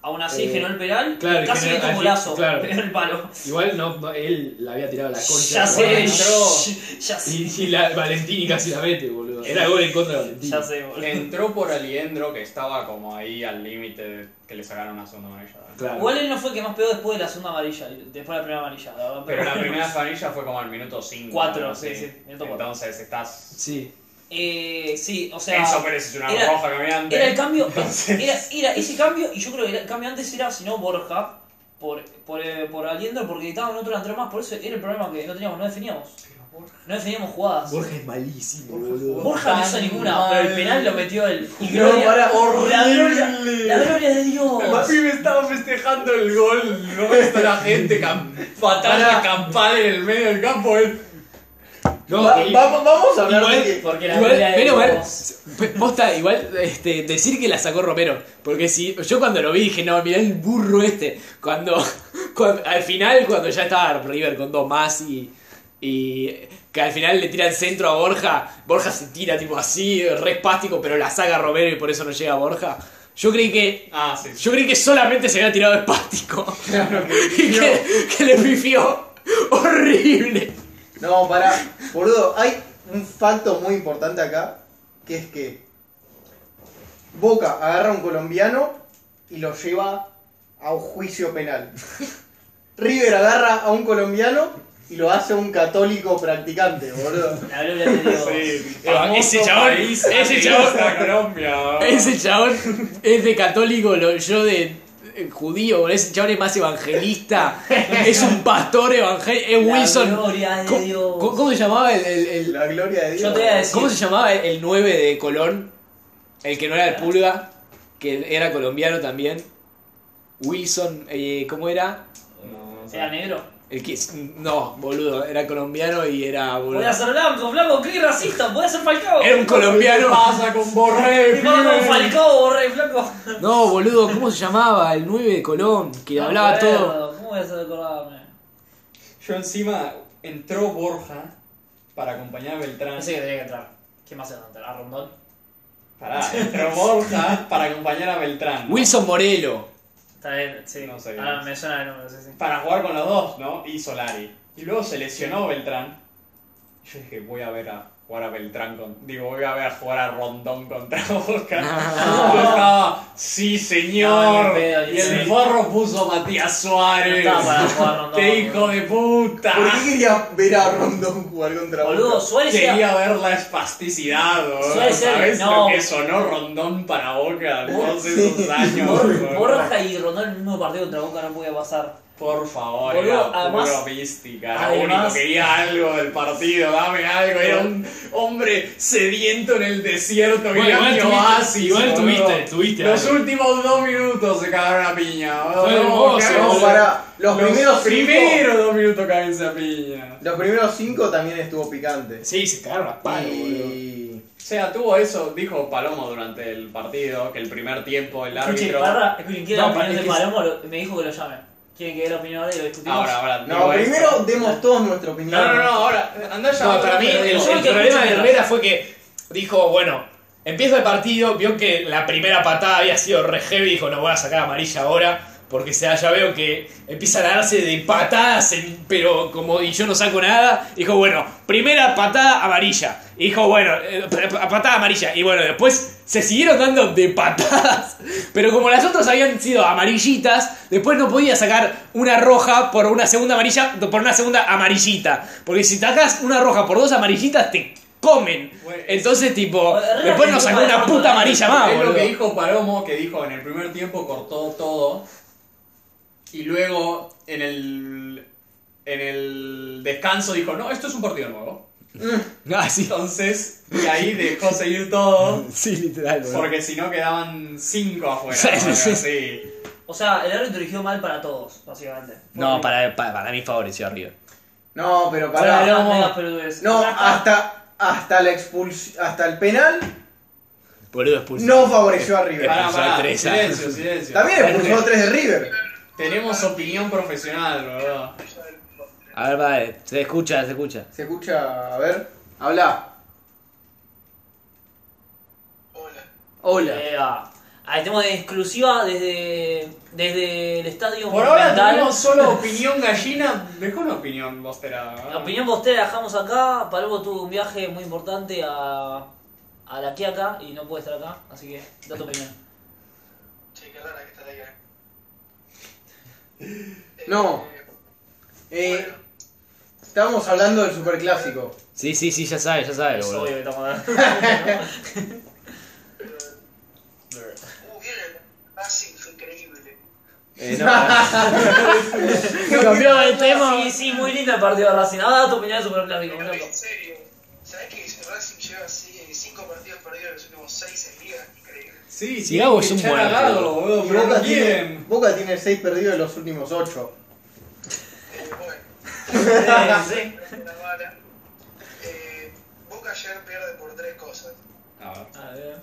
S4: Aún así,
S6: Eh,
S4: generó el penal,
S6: claro,
S4: casi
S6: generó-
S4: metió un
S6: al fin-
S4: golazo,
S6: claro.
S4: pero el palo.
S6: Igual no, no- él la había tirado a la concha.
S4: Ya
S6: de su
S4: sé,
S6: madre, ¿no?
S4: sh- ya sé,
S6: Y, y la Valentini casi la mete, boludo. Era gol en contra de Valentini.
S4: ya sé,
S6: Eh,
S4: boludo.
S2: Entró por Aliendro, que estaba como ahí al límite de que le sacaron una segunda amarilla. ¿eh?
S6: Claro.
S4: Igual él no fue el que más pegó después de la segunda amarilla, y después de la primera amarilla, la verdad.
S2: Pero la primera amarilla fue como al minuto 5.
S4: Cuatro, sí, sí, minuto cuatro.
S2: Entonces estás...
S6: Sí.
S4: Eh, sí, o sea.
S2: Enzo Pérez es una
S4: era-
S2: roja caminante.
S4: Era el cambio,
S2: Entonces-
S4: era, era ese cambio, y yo creo que era- el cambio antes era, si no, Borja, por, por, eh, por Aliendro, porque necesitaban otro delantero más, por eso era el problema que no teníamos, no definíamos. No definíamos jugadas.
S6: Borja es malísimo, boludo.
S4: Borja no hizo ninguna, pero el penal lo metió él. Y
S3: No,
S4: gloria-
S3: para,
S4: la gloria,
S3: horrible.
S4: la gloria de Dios.
S2: Papi me estaba festejando el gol, no está la gente cam- fatal
S6: Pará.
S2: acampada en el medio del campo. él.
S6: No,
S3: Va-
S6: y-
S3: vamos, vamos a hablar
S6: igual-
S3: de que.
S4: Porque la
S5: Igual,
S4: gloria de
S5: menos mal,
S4: Dios.
S5: p- posta, igual este, decir que la sacó Romero. Porque si yo cuando lo vi dije, no, mirá el burro este. Cuando, cuan- al final, cuando ya estaba River con dos más y, y que al final le tira el centro a Borja, Borja se tira tipo así, re espástico, pero la saca Romero y por eso no llega Borja. Yo creí que.
S2: Ah, sí. sí.
S5: Yo creí que solamente se había tirado espástico. y que, que le pifió. Horrible.
S3: No, pará. Boludo, hay un facto muy importante acá. Que es que. Boca agarra a un colombiano y lo lleva a un juicio penal. River agarra a un colombiano y lo hace un católico practicante, boludo.
S4: La gloria de Dios.
S5: Ah, ese
S2: Hermoso
S5: chabón,
S2: país,
S5: ese
S2: amigos
S5: chabón.
S2: de Colombia.
S5: Ese chabón es de católico, lo- yo de eh, judío, boludo. ese chabón es más evangelista, es un pastor evangélico, es
S4: La
S5: Wilson.
S4: gloria de Dios.
S5: ¿Cómo, cómo- cómo se llamaba el, el- el-
S3: La gloria de Dios.
S4: Yo te voy a decir-
S5: cómo se llamaba el, el 9 de Colón? El que no era el pulga, que era colombiano también. Wilson, eh, ¿cómo era?
S2: No, no sé.
S4: Era negro.
S5: El que es- no, boludo, era colombiano y era boludo.
S4: Podía ser blanco, blanco, qué racista, podía ser Falcao.
S5: Era un colombiano.
S2: pasa con Borré?
S4: ¿Qué pasa con
S2: pibe?
S4: Falcao, borré, flaco?
S5: No, boludo, ¿cómo se llamaba? El 9 de Colón, que
S4: No
S5: hablaba
S4: puedo,
S5: todo.
S4: ¿Cómo voy a hacer acordarme?
S2: Yo encima entró Borja para acompañar a Beltrán.
S4: Pensé que tenía que entrar. ¿Quién más se va a entrar? ¿A Rondón?
S2: Pará, entró Borja para acompañar a Beltrán. ¿no?
S5: Wilson Morelo.
S4: Está bien, sí.
S2: No sé quién
S4: Ahora
S2: es.
S4: me suena el nombre, sí, sí.
S2: Para jugar con los dos, ¿no? Y Solari. Y luego se lesionó Beltrán. Y Yo dije, voy a ver a jugar a Beltrán con. Digo, voy a ver a jugar a Rondón contra Boca. Yo estaba, sí,
S4: No,
S2: señor.
S4: ni pedo, ni
S2: y el
S4: pedo.
S2: forro puso a Matías
S4: No
S2: Suárez.
S4: estaba para jugar Rondón.
S2: ¡Qué hijo de puta!
S3: ¿Por qué quería ver a Rondón jugar contra
S4: Boludo,
S3: Boca?
S4: Suárez era,
S2: Quería ver la espasticidad, boludo.
S4: Suárez era-
S2: ¿Sabes
S4: no.
S2: lo que sonó Rondón para Boca todos
S4: Sí.
S2: esos años?
S4: Bor-
S2: boludo?
S4: Borja y Rondón en el mismo partido contra Boca no podía pasar.
S2: Por favor,
S4: Boludo,
S2: era puro
S4: además-
S2: mística. Era
S4: además-
S2: único, quería algo del partido, dame algo. Era un hombre sediento en el desierto,
S6: Bueno,
S2: quería
S6: igual
S2: mi
S6: tuviste-
S2: oasis,
S6: igual
S2: boludo.
S6: tuviste- tuviste
S2: Los
S6: algo.
S2: últimos dos minutos se cagaron a piña. boludo.
S6: Fue hermoso,
S2: Qué
S6: boludo.
S3: No,
S2: hermoso.
S3: pará. Los, primeros cinco.
S2: primeros dos minutos caen a piña.
S3: Los primeros cinco también estuvo picante.
S6: Sí, se cagaron a palo, boludo.
S3: y...
S2: O sea, tuvo eso, dijo Palomo durante el partido, que el primer tiempo el
S4: Escuchen,
S2: árbitro...
S4: Parra, escuchen, ¿quieren
S6: No,
S4: la opinión
S6: es
S4: de
S6: que-
S4: Palomo? Lo- Me dijo que lo llamen. ¿Quieren que dé la opinión ahora y lo discutimos?
S2: Ahora, ahora.
S3: No,
S2: digo esto.
S3: primero demos todos nuestra opinión.
S2: No, no, no, ahora. Andá ya.
S5: No, para mí el,
S4: Yo
S5: el
S4: creo que
S5: problema de
S4: escucho
S5: Herrera fue que dijo, bueno, empieza el partido, vio que la primera patada había sido re heavy, dijo, no voy a sacar amarilla ahora, porque se ya veo que empiezan a darse de patadas, en- pero como y yo no saco nada, dijo, bueno, primera patada amarilla, Y dijo, bueno, eh, pa- pa- patada amarilla, y bueno, después se siguieron dando de patadas, pero como las otras habían sido amarillitas, después no podía sacar una roja por una segunda amarilla, por una segunda amarillita, porque si sacas una roja por dos amarillitas, te comen.
S2: Bueno,
S5: Entonces, tipo,
S4: Bueno, realmente
S5: después nos
S4: no
S5: sacó
S4: hay
S5: una
S4: tanto
S5: puta
S4: daño.
S5: amarilla más,
S2: es lo que
S5: boludo.
S2: dijo Palomo, que dijo en el primer tiempo cortó todo. Y luego en el. En el descanso dijo, no, esto es un partido nuevo.
S5: Ah, sí,
S2: Entonces, y ahí dejó seguir todo.
S5: sí, literal, boludo.
S2: Porque si no quedaban cinco afuera.
S5: Sí,
S2: o algo
S5: sí.
S2: así.
S4: O sea, el árbitro dirigió mal para todos, básicamente.
S5: No, para, para, para mí favoreció a River.
S3: No, pero
S4: Para
S3: pará.
S4: las
S2: Palomo.
S4: megas pelotudes.
S3: No, hasta, hasta la expulsión. Hasta el penal
S5: Boludo expulsó.
S3: no favoreció a River.
S2: Pará,
S5: Empezó a
S2: pará.
S5: tres a-
S2: Silencio, silencio.
S3: También expulsó a tres de River.
S2: Tenemos opinión profesional, boludo.
S5: A ver, vale, se escucha, se escucha.
S3: Se escucha, a ver. Habla. Hola.
S4: Eh, ah, ahí tenemos de exclusiva desde, desde el estadio
S2: Por ahora
S4: Monumental.
S2: tenemos solo opinión gallina. Dejó una opinión bostera.
S4: La
S2: ¿verdad?
S4: opinión postera la dejamos acá. Palvo tuvo un viaje muy importante a, a la Quiaca y no puede estar acá, así que da tu opinión.
S7: Che, qué rara que estás ahí, eh.
S3: No.
S7: Eh,
S3: Eh, estábamos hablando del superclásico.
S5: Sí, sí, sí, ya sabe, ya sabe,
S4: Es
S5: boludo.
S4: obvio que estamos
S7: uh, bien, el Racing fue increíble.
S5: Eh, no, cambió de tema.
S4: Sí, sí, muy lindo el partido de Racing. Ahora da tu opinión sobre el clásico.
S7: Pero
S4: Fernando.
S7: en serio, ¿sabés que el Racing lleva 5 partidos perdidos en los últimos 6 en Liga? Increíble.
S2: Sí,
S5: Si
S2: tienen
S5: Gago
S2: que
S5: es un
S2: echar a
S5: muerto.
S2: Gago, boludo,
S3: Y
S2: pero no
S3: Boca tiene,
S2: quieren.
S3: Boca tiene 6 perdidos de los últimos 8.
S7: Eh, bueno,
S4: Sí, sí.
S7: una bala. Eh, Boca ayer pierde por 3 cosas.
S4: A ver.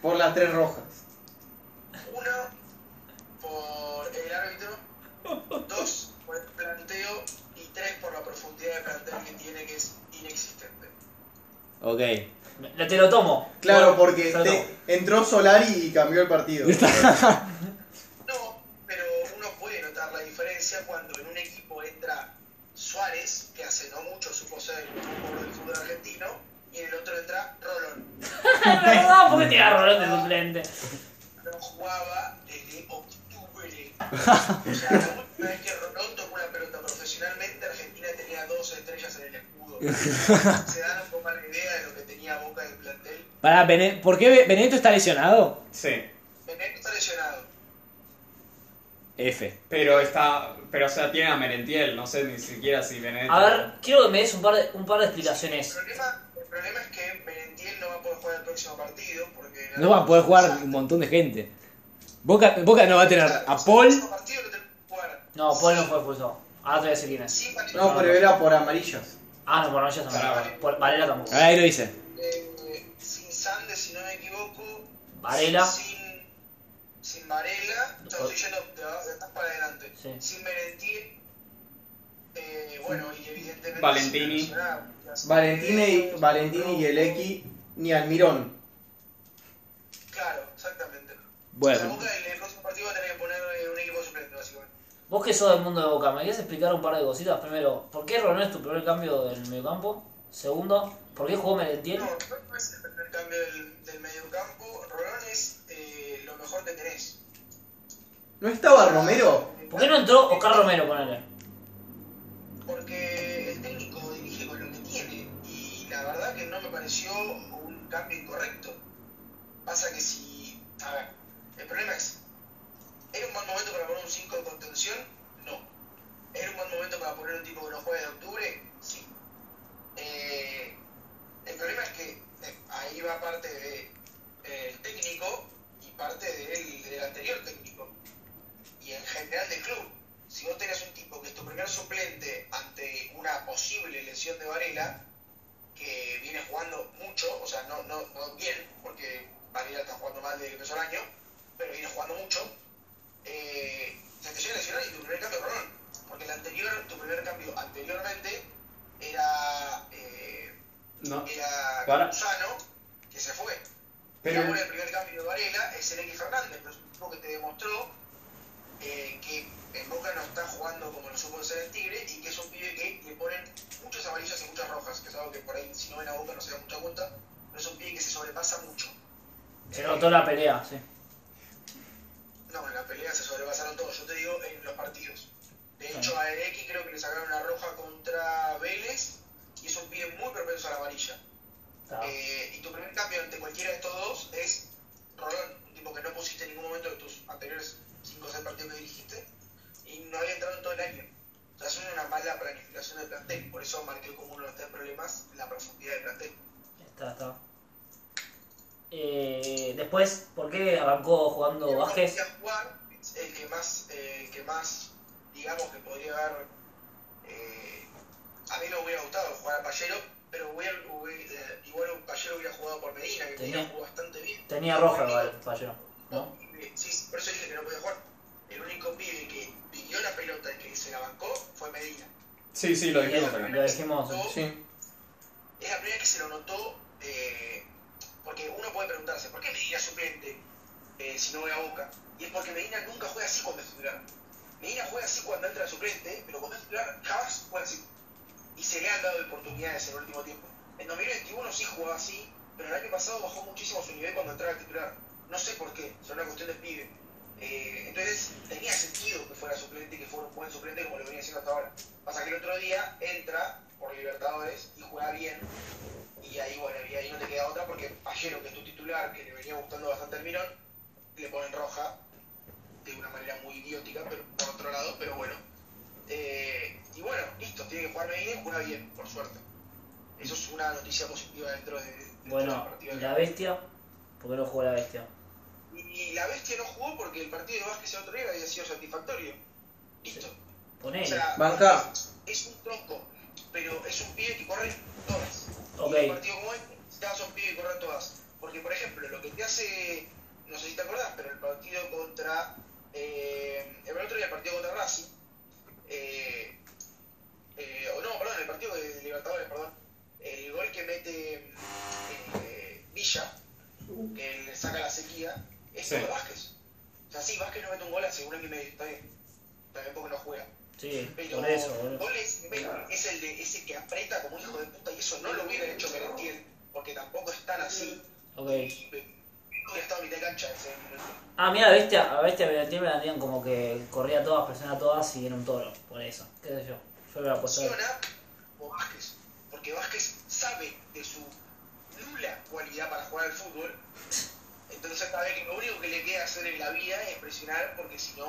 S3: Por las 3 rojas.
S7: Uno, por el árbitro. Dos, por el planteo. Y tres, por la profundidad de plantel que tiene, que es inexistente.
S5: Ok.
S4: Me- Te lo tomo.
S3: Claro,
S4: Bueno,
S3: porque
S4: te lo tomo.
S3: te- entró Solari y cambió el partido.
S7: No, pero uno puede notar la diferencia cuando en un equipo entra Suárez, que hace no mucho supo ser un poco del fútbol argentino, y en el otro entra Rolón.
S4: Es verdad, porque te agarraron de suplente.
S7: No jugaba desde octubre. O sea, la última vez que Rolón tocó una pelota profesionalmente, Argentina tenía dos estrellas en el escudo. Se dan un poco la idea de lo que tenía Boca en el plantel.
S5: Pará, Bene- ¿por qué Be- Benedetto está lesionado?
S2: Sí,
S7: Benedetto está lesionado.
S5: F.
S2: pero está. Pero o sea, tiene a Merentiel, no sé ni siquiera si Benedetto.
S4: A ver, quiero que me des un par de, un par de explicaciones.
S7: El problema, el problema es que Merentiel no va a poder jugar el próximo partido porque...
S5: No va a poder jugar un montón de gente. Boca, Boca no va a tener a Paul.
S7: El próximo partido lo tenemos que jugar.
S4: No, Paul no fue expulsado. Ahora te voy a decir quién es.
S7: Sí, Valera.
S3: No, pero era por amarillas.
S4: Ah, no, por no, ya está.
S2: Pará.
S4: Por Varela tampoco.
S5: Ahí lo dice.
S7: Eh, sin Sande, si no me equivoco.
S4: Varela.
S7: Sin, sin Varela. Te estoy yendo de de atrás para adelante.
S4: Sí.
S7: Sin Valentín. Eh, bueno, y evidentemente.
S2: Valentini.
S7: sin Nacional, las-
S3: Valentini y, Valentini y el X ni Almirón.
S7: Claro, exactamente. O sea,
S5: Bueno.
S7: Boca en el próximo partido va a tener que poner eh, un equipo suplente, básicamente.
S4: Vos que sos del mundo de Boca, ¿me querés explicar un par de cositas? Primero, ¿por qué Ronald es tu primer cambio del mediocampo? Segundo, ¿por qué jugó Merentiel?
S7: No, no es el primer cambio del, del mediocampo. Rolón es eh, lo mejor que tenés.
S3: ¿No estaba Romero?
S4: ¿Por qué no entró Oscar Romero, ponele?
S7: porque el técnico dirige con lo que tiene y la verdad que no me pareció un cambio incorrecto. Pasa que si, a ver, el problema es, ¿era un buen momento para poner un 5 en contención? No. ¿Era un buen momento para poner un tipo que no juega de octubre? Sí. Eh, el problema es que eh, ahí va parte del eh, técnico y parte del, del anterior técnico y en general del club. Si vos tenés un eh, eh, era
S2: Para.
S7: Gusano, que se fue.
S2: Pero-
S7: Pero ahora el primer cambio de Varela es el X Fernández, pero es un tipo que te demostró eh, que en Boca no está jugando como lo supo ser el Tigre y que es un pibe que le ponen muchas amarillas y muchas rojas, que es algo que por ahí si no ven a Boca no se da mucha cuenta, pero es un pibe que se sobrepasa mucho.
S4: Se
S7: Eh,
S4: notó la pelea, sí.
S7: no, en la pelea se sobrepasaron todos. Yo te digo en los partidos. De hecho, a Ereki creo que le sacaron una roja contra Vélez y es un pibe muy propenso a la amarilla.
S4: Claro.
S7: Eh, y tu primer cambio ante cualquiera de estos dos es Rolón, un tipo que no pusiste en ningún momento de tus anteriores 5 o 6 partidos que dirigiste y no había entrado en todo el año. O sea, es una mala planificación del plantel. Por eso marqué como uno de los tres problemas la profundidad del plantel.
S4: Está, está. Eh, después, ¿por qué arrancó jugando
S7: El que
S4: Vázquez?
S7: podía jugar, el que más, eh, el que más, digamos que podría haber. eh, a mí no me hubiera gustado jugar a Pallero, pero hubiera- hubi- eh, igual un Pallero hubiera jugado por Medina, que
S4: Tenía-
S7: Medina jugó bastante bien.
S4: Tenía roja igual, falló. ¿no?
S7: Eh, Sí, sí, por eso dije que no podía jugar. El único pibe que pidió la pelota y que se la bancó fue Medina.
S2: Sí, sí, lo dijimos acá.
S4: Lo dijimos.
S7: Todo
S3: Sí.
S7: es la primera que se lo notó, eh, porque uno puede preguntarse, ¿por qué Medina es suplente eh, si no voy a Boca? Y es porque Medina nunca juega así cuando es titular. Medina juega así cuando entra suplente, pero cuando es titular jamás juega así. Y se le han dado oportunidades en el último tiempo. En 2021 sí jugaba así, pero el año pasado bajó muchísimo su nivel cuando entraba titular. No sé por qué, será una cuestión de pibe. Eh, entonces tenía sentido que fuera suplente y que fuera un buen suplente como lo venía haciendo hasta ahora. Pasa que el otro día entra por Libertadores y juega bien. Y ahí, bueno, y ahí no te queda otra porque Pallero, que es tu titular, que le venía gustando bastante el Mirón, le ponen roja de una manera muy idiótica, pero por otro lado, pero bueno. Eh, y bueno, listo, tiene que jugar Medina y juega bien, por suerte. Eso es una noticia positiva dentro de, dentro del
S4: Bueno,
S7: partido.
S4: ¿y la bestia? ¿Por qué no jugó la bestia?
S7: Y, y la bestia no jugó porque el partido de Vázquez el otro día había sido satisfactorio. Listo.
S4: Ponele.
S7: O sea,
S3: Banca.
S7: Vázquez es un tronco, pero es un pibe que corre todas.
S4: Ok.
S7: Y en un partido como este, necesitas un pibe que corre todas. Porque, por ejemplo, lo que te hace, no sé si te acordás, pero el partido contra. eh, el otro día el partido contra Racing. eh, eh, o no, perdón, el partido de Libertadores, perdón. El gol que mete eh, Villa, que le saca la sequía, es
S2: Sí.
S7: todo de Vázquez. O sea, sí, Vázquez no mete un gol hace un año y medio, está bien. También porque no juega.
S4: Sí,
S7: Pero
S4: por eso, boludo.
S7: Gol es, es el de ese que aprieta como un hijo de puta y eso no lo hubiera hecho Merentiel, porque tampoco es tan así.
S4: Ok.
S7: Y hubiera estado a mitad de cancha ese minuto.
S4: Ah, mira, la bestia, a la bestia Benetil me la tenían como que corría a todas, presionaba a todas y era un toro. Por eso, qué sé yo. Yo lo voy a apostar.
S7: Funciona o Vázquez, porque Vázquez sabe de su nula cualidad para jugar al fútbol, entonces sabe que lo único que le queda hacer en la vida es presionar, porque si no,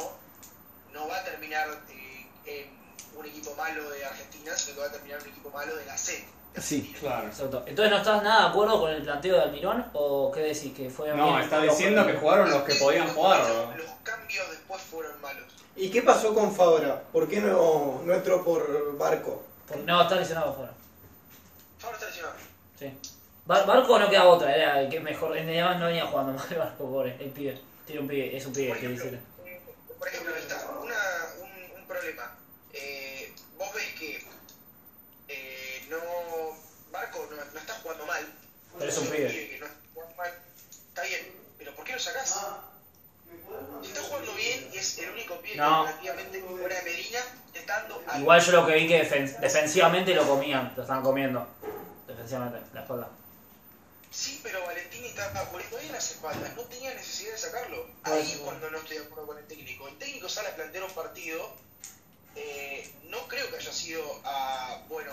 S7: no va a terminar eh, en un equipo malo de Argentina, sino que va a terminar en un equipo malo de la C. de
S5: Sí,
S7: Argentina.
S2: Claro.
S4: Exacto. Entonces, ¿no estás nada de acuerdo con el planteo de Almirón? ¿O qué decís? ¿Que fue
S2: No,
S4: bien?
S2: está diciendo que jugaron los que podían jugar. bro.
S7: Los cambios después fueron malos.
S3: ¿Y qué pasó con Fabra?
S8: ¿Por qué no, no entró por barco?
S4: Porque- No, está lesionado fuera.
S7: Fabra está lesionado.
S4: Sí. Bar- Barco no queda otra, era el que mejor. En además no venía jugando mal Barco, pobre, el pibe. Tiene un pibe, es un pibe,
S7: Por
S4: que
S7: ejemplo,
S4: dice.
S7: eh, por ejemplo, está una- un, un problema. Eh, vos ves que eh, no Barco no, no está jugando mal.
S4: Pero es un pibe.
S7: que no está jugando mal. Está bien, pero ¿por qué lo sacás? Si está jugando bien y es el único pibe
S4: No.
S7: que relativamente fuera de Medina te está dando algo.
S4: Igual yo lo que vi que defen- defensivamente lo comían, lo estaban comiendo. Defensivamente, la espalda.
S7: Sí, pero Valentini estaba cubriendo bien las espaldas, no tenía necesidad de sacarlo. Ahí es cuando no estoy de acuerdo con el técnico. El técnico sale a plantear un partido, eh, no creo que haya sido a, bueno,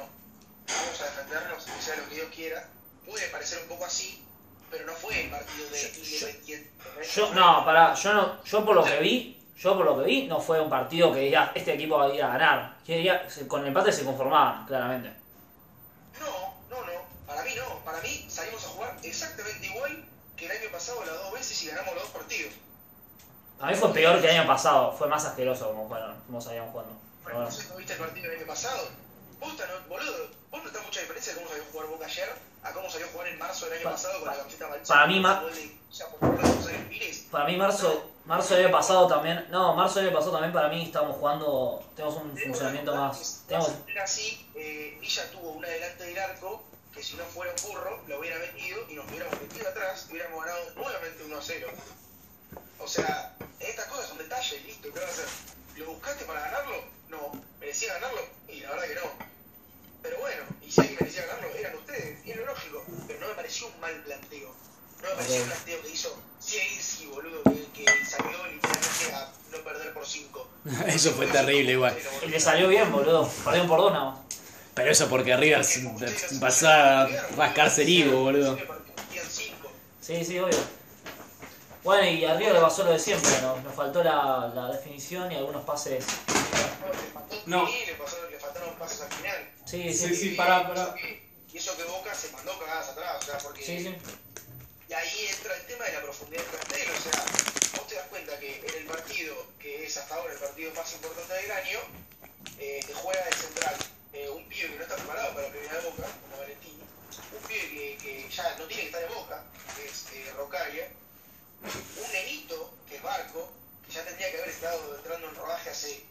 S7: vamos a defendernos, que sea lo que Dios quiera. Puede parecer un poco así, pero no fue el partido de
S4: Yo- yo-
S7: Independiente.
S4: Yo, no, pará, yo no, yo por lo que vi, yo por lo que vi, no fue un partido que diga, este equipo va a ir a ganar. Yo diría, se- con el empate se conformaban, claramente.
S7: No, no, no. Para mí no. Para mí salimos a jugar exactamente igual que el año pasado las dos veces y ganamos los dos partidos.
S4: A mí fue peor que el año pasado, fue más asqueroso como fueron, como salían jugando. Pero
S7: Bueno,
S4: bueno.
S7: no sé, ¿no viste el partido del año pasado? Vos, tan- boludo, vos no está mucha diferencia de cómo salió a jugar Boca ayer a cómo salió a jugar en marzo del año
S4: Pa-
S7: pasado con
S4: pa-
S7: la camiseta manchada.
S4: para mí, ma-
S7: Con el gol de- ya por favor, de Rosario Pires.
S4: Para mí marzo, marzo del año pasado también, no, marzo del año pasado también para mí estábamos jugando, tenemos un funcionamiento más, tenemos,
S7: Era así, eh, Villa tuvo una delante del arco que si no fuera un burro, lo hubiera metido y nos hubiéramos metido atrás, hubiéramos ganado nuevamente 1 a 0. O sea, estas cosas son detalles, listo, ¿qué vas a hacer? ¿Lo buscaste para ganarlo? No. ¿Merecía ganarlo? Y la verdad que no. Pero bueno, y si alguien merecía ganarlo, eran ustedes, y es lo lógico. Pero no me pareció un mal planteo. No me pareció un planteo que hizo Cienci, boludo, que, que salió literalmente a no perder por 5.
S5: Eso fue terrible igual.
S4: Y le salió bien, boludo. Perdieron por dos nada más.
S5: Pero eso porque River pasaba a rascarse el higo, boludo.
S4: Sí, sí, obvio. Bueno, y arriba le pasó lo de siempre, ¿no? Nos faltó la, la definición y algunos pases.
S2: No.
S7: Sí, le pasó- le faltaron pasos al final.
S4: Sí,
S2: Sí,
S4: sí.
S2: sí, pará, pará.
S7: Y eso que Boca se mandó cagadas atrás, o sea, porque.
S4: Sí, sí.
S7: Y ahí entra el tema de la profundidad del plantel, o sea, vos te das cuenta que en el partido, que es hasta ahora el partido más importante del año, eh, te juega de central eh, un pibe que no está preparado para la primera de Boca, como Valentín, un pibe que, que ya no tiene que estar en Boca, que es eh, Rocalia, un nenito, que es Barco, que ya tendría que haber estado entrando en rodaje hace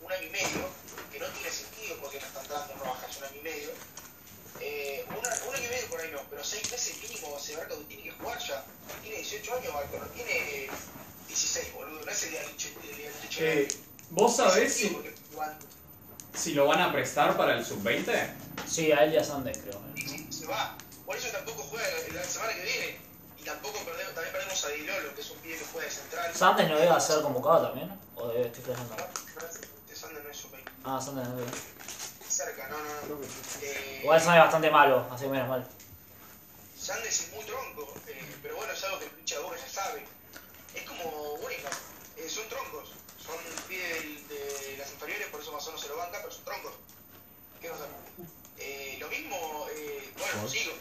S7: un año y medio, que no tiene sentido porque no está entrando en rodaje hace un año y medio, eh, una, un año y medio por ahí no, pero seis meses mínimo se Barco tiene que jugar ya. Tiene 18 años Barco, no tiene eh, 16, boludo. No es el día del che- el día del techo.
S2: Eh, ¿Vos sabés si,
S7: Porque igual,
S2: si lo van a prestar para el sub-20?
S4: Sí, a él y a Sandes, creo. eh.
S7: y se va. Por eso tampoco juega la, la semana que viene. Y tampoco perdemos, también perdemos a Dilolo, que es un pibe que juega de central.
S4: Sandes no iba a ser convocado también. O de- estoy flasheando.
S7: Este Sander no es un veinte.
S4: Ah, Sandes no.
S7: cerca, no, no, no. Eh,
S4: Igual Sandes es bastante malo, así que menos mal.
S7: Sandes es muy tronco, eh, pero bueno, es algo que el pinche de Boca ya sabe. Es como Winningham, eh, son troncos, son pie del- de las inferiores, por eso más o menos se lo banca, pero son troncos. ¿Qué pasa? Eh, lo mismo, eh, bueno, sigo.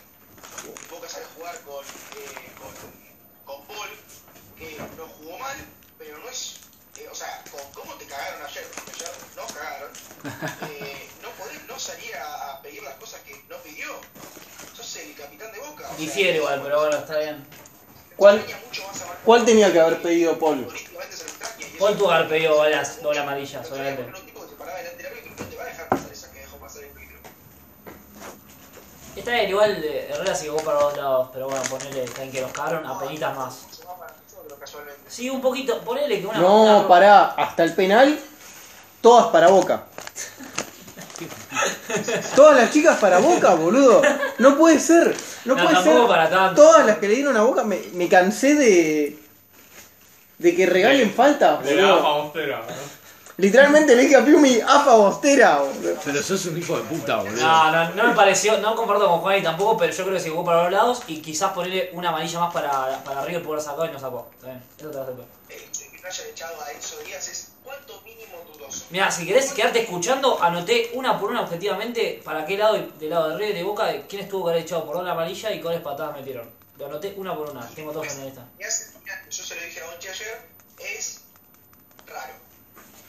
S7: Boca sabe jugar con, eh, con, con Paul, que no jugó mal, pero no es. eh, o sea, con cómo te cagaron ayer, porque ayer nos cagaron, eh, no podés no salir a, a pedir las cosas que no pidió. Sos el capitán de Boca. o sea,
S4: Difiere igual, pero bueno, está bien.
S3: ¿Cuál-
S7: extraña mucho más a Marco
S3: ¿Cuál tenía que haber pedido Paul?
S7: Políticamente se lo extraña y eso-
S4: ¿Cuál tuvo que haber pedido bolas, bola amarilla,
S7: Pero
S4: obviamente?
S7: era un tipo que se paraba delante del árbitro, no te va a dejar pasar esa que dejó pasar el árbitro.
S4: Está bien, igual eh, Herrera se llevó para dos lados, pero bueno, ponele, está bien que los cagaron a penitas más.
S7: Se va para nosotros casualmente.
S4: Sí, un poquito, ponele que una.
S3: No,
S4: una-
S3: pará, hasta el penal, todas para boca. Todas las chicas para boca, boludo. No puede ser, no,
S4: No,
S3: puede
S4: tampoco
S3: ser.
S4: para tanto.
S3: Todas las que le dieron a boca, me, me cansé de. de que regalen faltas,
S2: Le da
S3: boludo.
S2: Faustera.
S3: Literalmente le dije a Piumi, afa bostera, boludo.
S5: Pero sos un hijo de puta, boludo.
S4: No, no, no me pareció, no comparto con Juan y tampoco, pero yo creo que se jugó para los lados y quizás ponerle una amarilla más para, para River poder sacar y no sacó. Está bien, eso te va a hacer
S7: El hecho de que no hayan echado a Enzo Díaz es cuánto mínimo dudoso.
S4: Mira, si querés quedarte escuchando, anoté una por una objetivamente para qué lado, y- del lado de River y de Boca, de quién estuvo que haber echado por la amarilla y cuáles patadas metieron. Lo anoté una por una, tengo todos en la lista.
S7: Y hace final, yo se lo dije a Onchi ayer, es raro.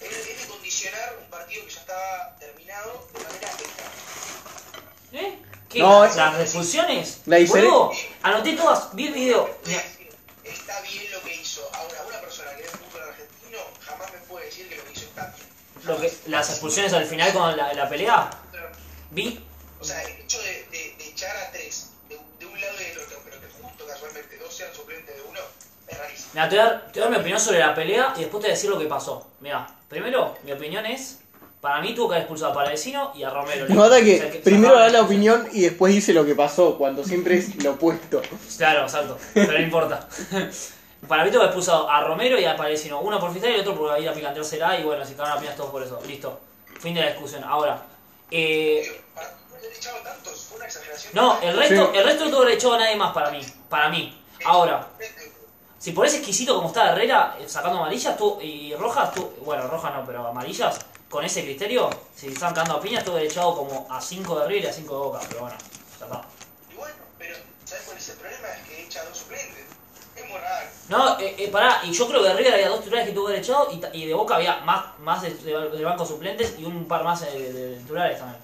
S7: Es, es de condicionar un partido que ya estaba terminado de manera extra.
S4: ¿Eh? ¿Qué?
S3: No,
S4: ¿Las
S3: es-
S4: las expulsiones?
S3: La diferen-
S4: Boludo, Anoté todas, vi el video. Mirá,
S7: Está bien lo que hizo. Ahora, una persona que no es fútbol argentino jamás me puede decir que lo que hizo está bien.
S4: Lo que, las expulsiones al final con la, la pelea,
S7: Pero
S4: vi.
S7: O sea, el hecho de, de- de echar a tres de, un- de un lado y del otro, pero que justo casualmente dos sean suplentes de uno, es rarísimo.
S4: Mirá, te voy, a dar, te voy a dar mi opinión sobre la pelea y después te voy a decir lo que pasó. Mira, primero, mi opinión es. Para mí tuvo que haber expulsado a Palavecino y a Romero.
S3: Me mata
S4: O sea,
S3: que primero
S4: sacaba-
S3: da la opinión y después dice lo que pasó, cuando siempre es lo opuesto.
S4: Claro, exacto. Pero no importa. Para mí tuvo que haber expulsado a Romero y a Palavecino. Uno por fiscal y el otro por ir a picanteársela y bueno, se cagaron a piñas todos por eso. Listo. Fin de la discusión. Ahora, eh,
S7: Digo, Para no haber echado tantos, fue una exageración.
S4: No, el resto,
S3: Sí.
S4: el resto no tuvo derecho a nadie más para mí. Para mí. Ahora, si por ese exquisito como está Herrera, eh, sacando amarillas tú, y rojas, tú, bueno, rojas no, pero amarillas, con ese criterio, si están cagando a piñas, tuvo derechado como a 5 de River y a 5 de Boca, pero bueno, ya está.
S7: Y bueno, pero ¿sabes cuál es el problema? Es que echa a dos suplentes. Es muy raro.
S4: No, eh, eh, pará, y yo creo que de River había dos titulares que tuvo derechado y, ta- y de Boca había más, más de, de- de banco suplentes y un par más eh, de, de titulares también.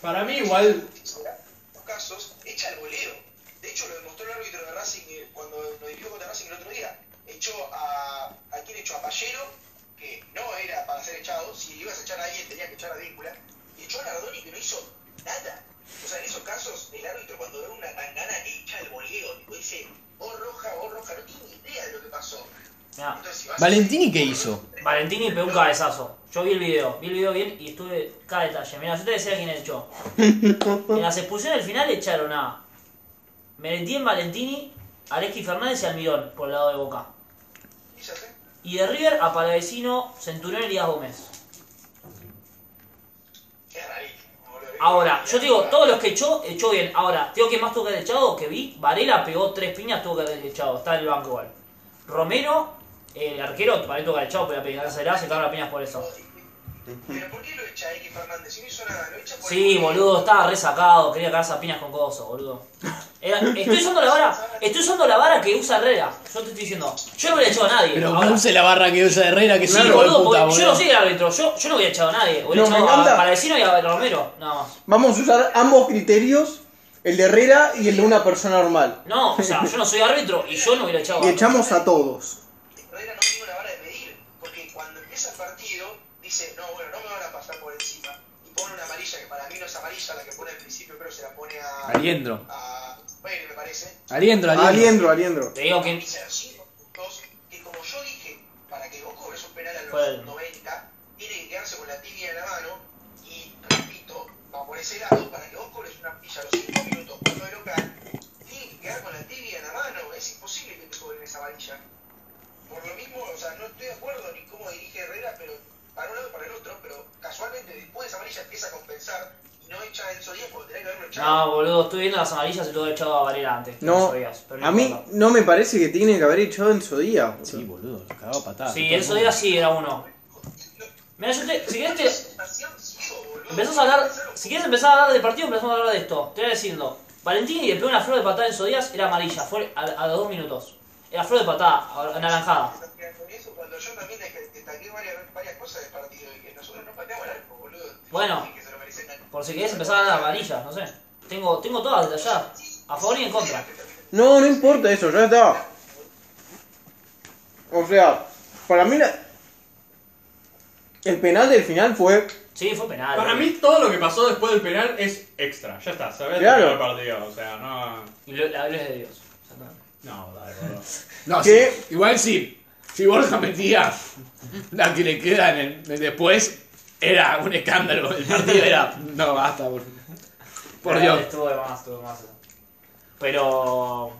S6: Para mí igual
S7: En los casos, echa al voleo. De hecho, lo demostró el árbitro de Racing eh, cuando lo dirigió contra Racing el otro día. Echó a. ¿A quién echó? A Pallero, que no era para ser echado. Si ibas a echar a alguien, tenía que echar a Víncula. Y echó a Nardoni, que no hizo nada. O sea, en esos casos, el árbitro cuando ve una tangana le echa el boleo, tipo, dice, oh roja, oh roja, no tiene ni idea de lo que pasó.
S4: Mirá,
S7: Entonces, si vas a-
S5: ¿Valentini qué hizo?
S4: Valentini pegó un cabezazo. Yo vi el video, vi el video bien y estuve cada detalle. Mira, yo te decía quién echó. En las expulsiones del final echaron a Merendien, Valentini, Alexis Fernández y Almirón por el lado de Boca.
S7: Y ya sé.
S4: Y de River a Palavecino, Centurión y Díaz Gómez.
S7: Qué rarísimo, boludo.
S4: Ahora, yo te digo, todos los que echó, echó bien. Ahora, tengo que más tuvo que haber echado que vi. Varela pegó tres piñas, tuvo que haber echado. Está en el banco igual. Romero, el arquero, para tuvo que haber echado, pero la pegar se cagaron las piñas por eso.
S7: Pero ¿por qué lo echa X Fernández? Si no hizo nada, lo echa por
S4: Sí, boludo, estaba resacado, quería cagarse a piñas con coso, boludo. Era- estoy usando la vara, estoy usando la vara que usa Herrera. Yo te estoy diciendo, yo no hubiera echado a nadie.
S5: Pero
S4: Ahora,
S5: no use la barra que usa Herrera, que
S4: sí,
S5: sí, hijo de
S4: boludo,
S5: puta,
S4: porque yo no
S5: boludo.
S4: soy el árbitro, yo, yo no hubiera echado a nadie. Hubiera
S3: No, me
S4: echado a
S3: encanta.
S4: Palavecino y a Romero, nada más.
S3: Vamos a usar ambos criterios, el de Herrera y el de una persona normal.
S4: No, o sea, yo no soy árbitro y yo no hubiera echado
S3: Y
S4: a
S3: echamos a todos.
S7: Herrera no tiene una vara de medir, porque cuando empieza el partido dice, no, bueno, no me van a pasar por encima. Y pone una amarilla, que para mí no es amarilla la que pone al principio, pero se la pone a...
S5: Aliendro.
S7: a Bale, me parece.
S5: Aliendro, aliendro.
S3: Aliendro, aliendro.
S4: Te digo
S7: Y
S4: que.
S7: se así, dos, que como yo dije, para que vos cobres un penal a los
S4: Bueno.
S7: 90, tiene que quedarse con la tibia en la mano y, repito, va por ese lado, para que vos cobres una pilla a los 5 minutos cuando de local, tiene que quedar con la tibia en la mano, es imposible que te cobren esa varilla. Por lo mismo, o sea, no estoy de acuerdo ni cómo dirige Herrera, pero para un lado y para el otro, pero casualmente después de esa varilla empieza a compensar y no echa a Enzo Díaz porque tenía que haberlo echado.
S4: No, boludo, estoy viendo las amarillas y todo echado a Varela antes.
S3: No,
S4: sabías, pero
S3: A mí
S4: importa.
S3: no me parece que tiene que haber echado en su día. boludo.
S5: Sí, boludo, lo cagaba a patadas.
S4: Sí, eso era sí, era uno. Mira, yo te. Si querés, te- empezás a hablar. Si querés empezar a hablar del partido, empezamos a hablar de esto. Te voy diciendo. Valentini le pegó una flor de patada en Sodías, era amarilla, fue a, a los dos minutos. Era flor de patada, anaranjada.
S7: Eso cuando yo también dej- destaqué varias, varias cosas del partido y que nosotros no pateamos el arco, boludo.
S4: Bueno.
S7: Y que se lo merecen tanto.
S4: Por si querés empezar a hablar de amarillas, no sé. Tengo, tengo todas detalladas. A favor y en contra.
S3: No, no importa eso, ya está. O sea, para mí la- el penal del final fue...
S4: Sí, fue penal.
S2: Para
S4: boludo.
S2: mí todo lo que pasó después del penal es extra. Ya está, sabes
S3: Claro.
S2: terminó el partido. O sea, no.
S4: Y lo- la gloria es de Dios. Exactamente.
S2: No, dale, boludo.
S5: No,
S3: ¿Qué?
S5: sí. Igual sí. Si Borja metía la que le queda en el- en después, era un escándalo. El partido era. No, basta, por, por
S4: Pero
S5: Dios.
S4: Eh, Estuvo de más, estuvo de más. Pero.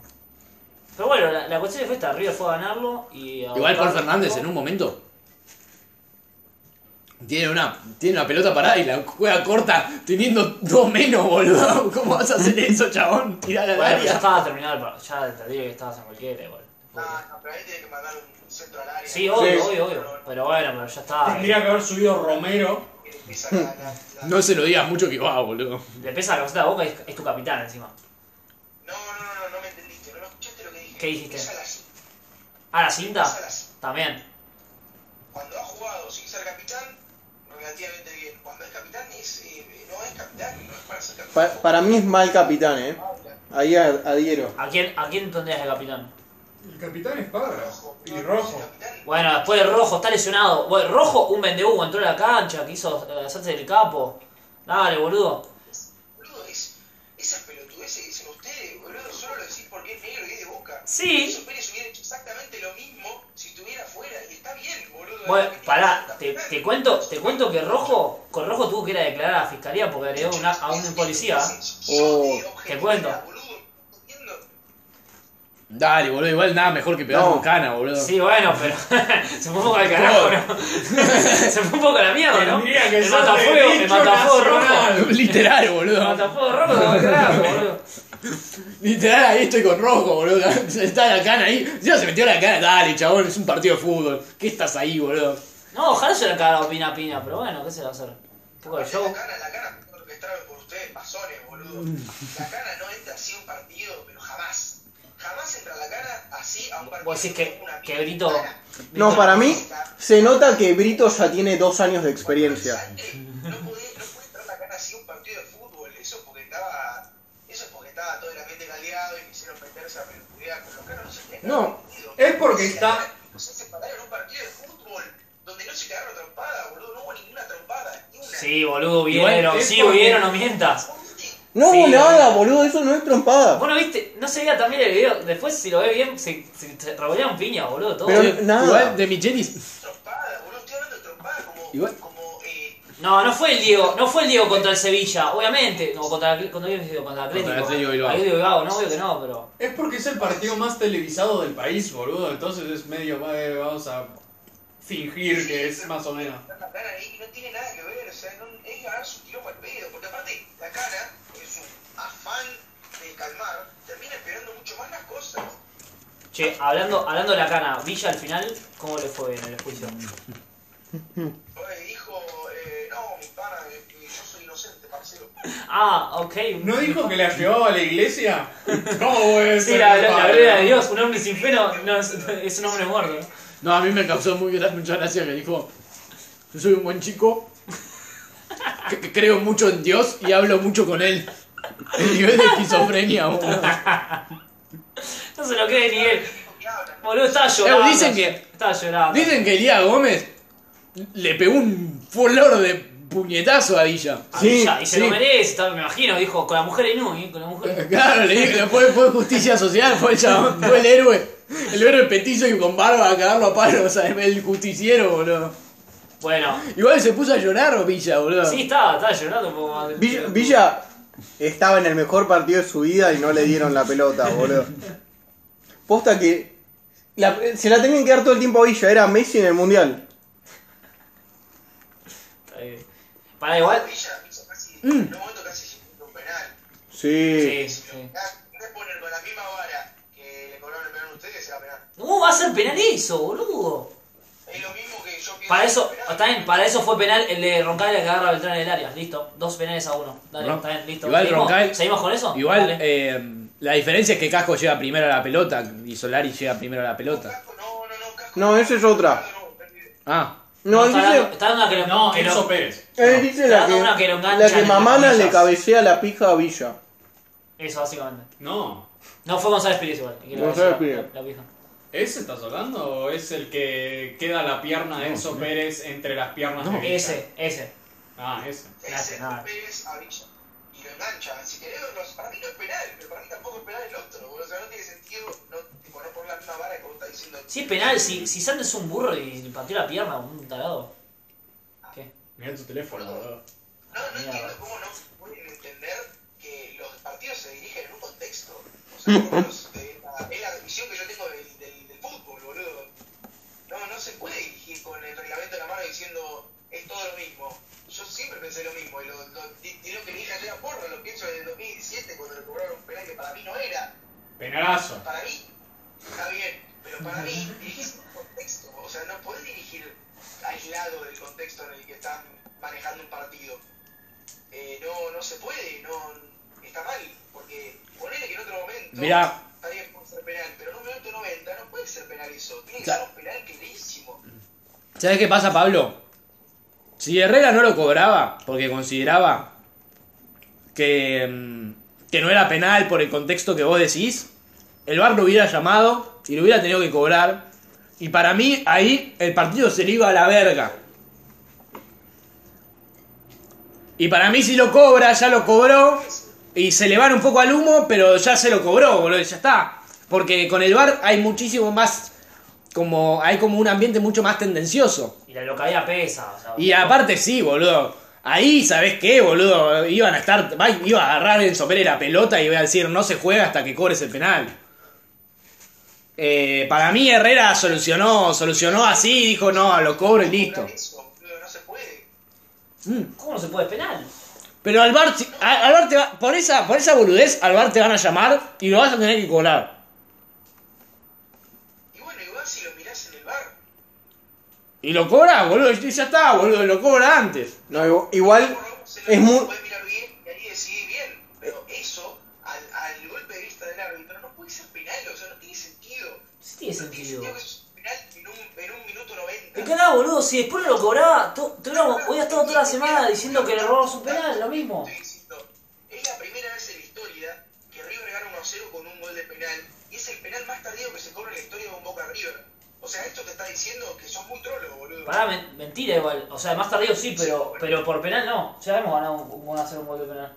S4: Pero bueno, la, la cuestión fue esta: River fue a ganarlo y. a
S5: Igual Paul
S4: buscar-
S5: Fernández en un momento. Tiene una, tiene una pelota parada y la juega corta teniendo dos menos, boludo. ¿Cómo vas a hacer eso, chabón? Tirar al
S4: Bueno, pero ya
S5: área.
S4: estaba terminado el partido, ya te digo que estabas en cualquiera igual.
S7: Ah, no, pero ahí tiene que mandar un centro al área.
S4: Sí, obvio,
S3: Sí.
S4: obvio, obvio. Pero bueno, pero ya estaba.
S2: Tendría que haber subido Romero.
S7: Que empieza la- la- la-
S5: No se lo digas mucho que va, boludo.
S4: Le pesa la cosita de boca y es, es tu capitán encima.
S7: No, no, no, no, no me entendiste, no escuchaste lo que dije.
S4: ¿Qué dijiste?
S7: Empieza la cinta,
S4: Ah, la cinta.
S7: empieza la cinta.
S4: También.
S7: Cuando ha jugado sin ser capitán, relativamente bien. Cuando es capitán, es, eh, no es capitán, no es para ser capitán.
S3: pa- para mí es mal capitán, ¿eh? Ahí a- adhiero.
S4: ¿A quién, ¿A quién tendrías de capitán?
S9: El capitán es Parra. Y
S7: No,
S9: rojo.
S7: capitán.
S4: Bueno, después el rojo está lesionado. Bueno, rojo, un vendehumo entró a la cancha, quiso eh, hacerse del capo. Dale, boludo.
S7: Boludo, es, esas pelotudeces que dicen ustedes, boludo, solo lo decís porque es negro y es de boca.
S4: Sí.
S7: Eso Pérez hubiera hecho exactamente lo mismo si estuviera afuera, y está bien, boludo.
S4: Bueno, pará, te,
S7: Capitán.
S4: te cuento, te cuento que Rojo, con Rojo tuvo que ir a declarar a la fiscalía porque agregó una, a un policía.
S3: Oh,
S4: te cuento.
S5: Dale, boludo. Igual nada mejor que pegar
S3: No.
S5: un cana, boludo.
S4: Sí, bueno, pero se fue un poco al carajo, ¿no? se fue un poco a la mierda, ¿no?
S2: Tendría que
S4: El
S2: ser
S4: matafuego,
S2: de
S4: Ah, el
S2: dicho
S4: matafuego rojo.
S2: nacional.
S5: Literal,
S4: El
S5: boludo.
S4: matafuego rojo se fue al carajo, boludo.
S5: Literal, ahí estoy con rojo, boludo. Está la cana ahí. Ya se metió la cana. Dale, chabón, es un partido de fútbol. ¿Qué estás ahí, boludo?
S4: No, ojalá se le cagado pina a pina, pero bueno, ¿qué se le va a hacer? Un poco de
S7: La
S4: show.
S7: cana, la cana, todo lo que trae por ustedes, masones, boludo.
S4: Mm.
S7: La cana no entra así a un partido, pero jamás. Jamás entra la cana así a un partido.
S4: Vos decís que,
S7: Una
S4: que
S7: mierda.
S4: Brito.
S3: No, para mí se nota que Brito ya tiene dos años de experiencia.
S7: Sangre, No pude, no pude entrar la cara así a un partido de fútbol, eso porque estaba. Eso es porque estaba todo el ambiente caldeado y quisieron meterse a pelotudear, pero los caras no se tenían
S3: No,
S7: partido.
S2: es porque
S7: Se
S2: está-
S7: separaron- Se separaron en un partido de fútbol donde no se quedaron trompadas, boludo, no hubo ninguna trompada, ni una.
S4: Sí, boludo,
S5: Igual
S4: vieron.
S5: es
S4: Sí,
S5: porque-
S4: vieron, no mientas.
S3: No
S4: Sí,
S3: hubo
S4: lo
S3: nada,
S4: vi.
S3: boludo, eso no es trompada.
S4: Bueno, viste, no se veía también el video. Después, si lo ve bien, se, se, se revolearon piña, boludo. Todo.
S3: Pero-
S5: Che,
S3: nada.
S5: Igual de Michelis.
S7: Trompada, boludo, estoy hablando de trompada como.
S5: Igual.
S7: Como. Eh,
S4: No, no fue el Diego, no fue el Diego contra el Sevilla, obviamente. No, contra, el- contra, el- contra el Atlético.
S5: Contra el Atlético Bilbao.
S4: Ahí digo Bilbao, no, obvio que no, pero.
S9: Es porque es el partido más televisado del país, boludo. Entonces es medio, eh, vamos a fingir que es más o menos.
S7: dar la cara ahí que no tiene nada que ver, o sea, no, es ganar su tiro al pedo. Porque aparte, la cara, en su afán de calmar, termina esperando mucho más las cosas.
S4: Che, hablando, hablando de la cana, Villa al final, ¿cómo le fue en el juicio?
S7: Oye, dijo, eh, no, mi pana, eh, que yo soy inocente, parcero.
S4: Ah, ok.
S9: ¿No dijo que la llevaba a la iglesia? ¿Cómo puede ser?
S4: Sí, la, la, la
S9: padre?
S4: verdad de Dios, un hombre sin fe no, no es, es un hombre muerto.
S5: No, a mí me causó muy gra- mucha gracia que dijo, yo soy un buen chico, que, que creo mucho en Dios y hablo mucho con él. El nivel de esquizofrenia, boludo.
S4: No se lo cree ni él.
S7: Dijo que hablan.
S4: Boludo, estaba llorando.
S5: Eh, dicen que-
S4: Estaba llorando.
S5: Dicen que Elías Gómez le pegó un flor de puñetazo a Villa.
S4: A
S5: Sí,
S4: Villa, y se lo
S5: sí.
S4: merece, está- me imagino, dijo, con la mujer en U, ¿eh? con la mujer.
S5: Claro, le dije, fue, fue justicia social, fue el chabón, fue el héroe. El héroe petizo y con barba a cagarlo a palos, o sea, el justiciero, boludo.
S4: Bueno,
S5: Igual se puso a llorar Villa, boludo.
S4: sí, estaba, estaba llorando un poco más.
S3: Villa, Villa estaba en el mejor partido de su vida y no le dieron la pelota, boludo. Posta que la- se la tenían que dar todo el tiempo a Villa, era Messi en el mundial.
S4: Está bien. Para igual.
S7: Villa, Villa casi,
S3: Mm.
S7: en un momento casi ejecutó un penal.
S3: Sí.
S4: Sí, sí.
S7: Ah, No es poner con la misma vara que le cobraron el penal a ustedes, será penal.
S4: No, va a ser penal eso, boludo.
S7: Es lo mismo que yo pienso.
S4: Para eso,
S7: que es penal.
S4: está bien, para eso fue penal el de Roncal que agarra a Beltrán en el área. Listo, dos penales a uno. Dale,
S5: Ron-
S4: está bien, listo.
S5: igual
S4: ¿Seguimos?
S5: Roncal-
S4: ¿Seguimos con eso?
S5: Igual,
S4: Dale.
S5: eh, la diferencia es que Casco llega primero a la pelota y Solari llega primero a la pelota.
S7: Casco, No, no, no, casco.
S3: No, esa es otra.
S7: No, no,
S5: Ah,
S3: No, él
S4: está dando-
S3: dice,
S4: está dando una que lo-
S9: No,
S4: que lo-
S9: Enzo Pérez.
S3: él dice
S4: Está
S3: la
S4: dando una
S3: que,
S4: que lo engancha
S3: la que
S4: entre
S3: Mamana le
S4: comillas.
S3: cabecea la pija a Villa.
S4: Eso, básicamente.
S9: No.
S4: No fue González Pires igual. que lo
S3: González
S4: decía, la-
S3: Pires.
S4: la pija.
S9: ¿Ese estás hablando o es el que queda la pierna de Enzo Pérez entre las piernas de Villa?
S4: Ese, ese.
S9: Ah, ese.
S4: Gracias,
S7: Ese
S4: nada.
S7: Pérez a Villa. Y lo engancha. Si querés, no- para mí no es penal, pero para mí tampoco es penal el otro. boludo. O sea, no tiene sentido no, tipo, no por la misma vara como está diciendo.
S4: Sí, es penal, si, si Sanders es un burro y le partió la pierna, un tarado. ¿Qué?
S9: Mira tu teléfono, boludo.
S7: No, no
S4: Mierda.
S7: entiendo cómo no pueden entender que los partidos se dirigen en un contexto. O sea, por lo menos, eh, la- es la visión que yo tengo del, del- del fútbol, boludo. No, no se puede dirigir con el reglamento en la mano diciendo es todo lo mismo. Yo siempre pensé lo mismo y lo, lo- di- di lo que dije ayer a Porro, lo pienso en el 2017 cuando le cobraron un penal que para mí no era.
S9: Penalazo.
S7: para mí está bien, pero para mí es un contexto. O sea, no puedes dirigir aislado del contexto en el que están manejando un partido. Eh, no, no se puede, no está mal, porque ponele que en otro momento
S5: Mirá.
S7: está bien por ser penal, pero en un minuto 90 no puede ser penal eso, tiene que
S5: Claro.
S7: ser un penal clarísimo.
S5: ¿sabes qué pasa, Pablo? Si Herrera no lo cobraba porque consideraba que, mm, que no era penal por el contexto que vos decís, el VAR lo hubiera llamado y lo hubiera tenido que cobrar. Y para mí, ahí el partido se le iba a la verga. Y para mí, si lo cobra, ya lo cobró. Y se le van un poco al humo, pero ya se lo cobró, boludo, ya está. Porque con el VAR hay muchísimo más. Como, hay como un ambiente mucho más tendencioso.
S4: Y la localidad pesa. o sea,
S5: Y aparte sí, boludo. Ahí, ¿sabés qué, boludo? Iban a estar. va- Iba a agarrar el Pérez la pelota y iba a decir, no se juega hasta que cobres el penal. Eh, para mí Herrera solucionó, solucionó así, dijo, no, lo cobro y listo. Mm.
S7: Cobrar eso, boludo, no se puede.
S4: ¿Cómo no se puede penal?
S5: Pero al bar, si- a- al bar te va- por esa, por esa boludez, al bar te van a llamar y lo vas a tener que cobrar.
S7: Y bueno, igual si lo mirás en el bar,
S5: Y lo cobras, boludo, y ya está, boludo, lo cobra antes.
S3: No, igu- igual es muy...
S7: puede mirar bien y ahí decidí bien, pero
S3: Eh.
S7: eso, al, al golpe de vista del árbitro, no puede ser penal, o sea, no tiene sentido.
S4: Sí tiene
S7: No tiene
S4: sentido.
S7: sentido que es penal en un, en un minuto
S4: ¿De
S7: 90.
S4: qué nada, boludo? Si después no lo cobraba, tú, tú no, hubiera estado toda la semana diciendo que le robamos un penal, lo mismo.
S7: Estoy diciendo, es la primera vez en la historia que River gana 1-0 con un gol de penal, y es el penal más tardío que se cobra en la historia de un Boca River. O sea, esto te está diciendo que sos muy trolo, boludo.
S4: Pará, men- mentira igual. O sea, más tardío sí, pero, pero por penal no. Ya hemos ganado un, un, un, hacer un gol de penal.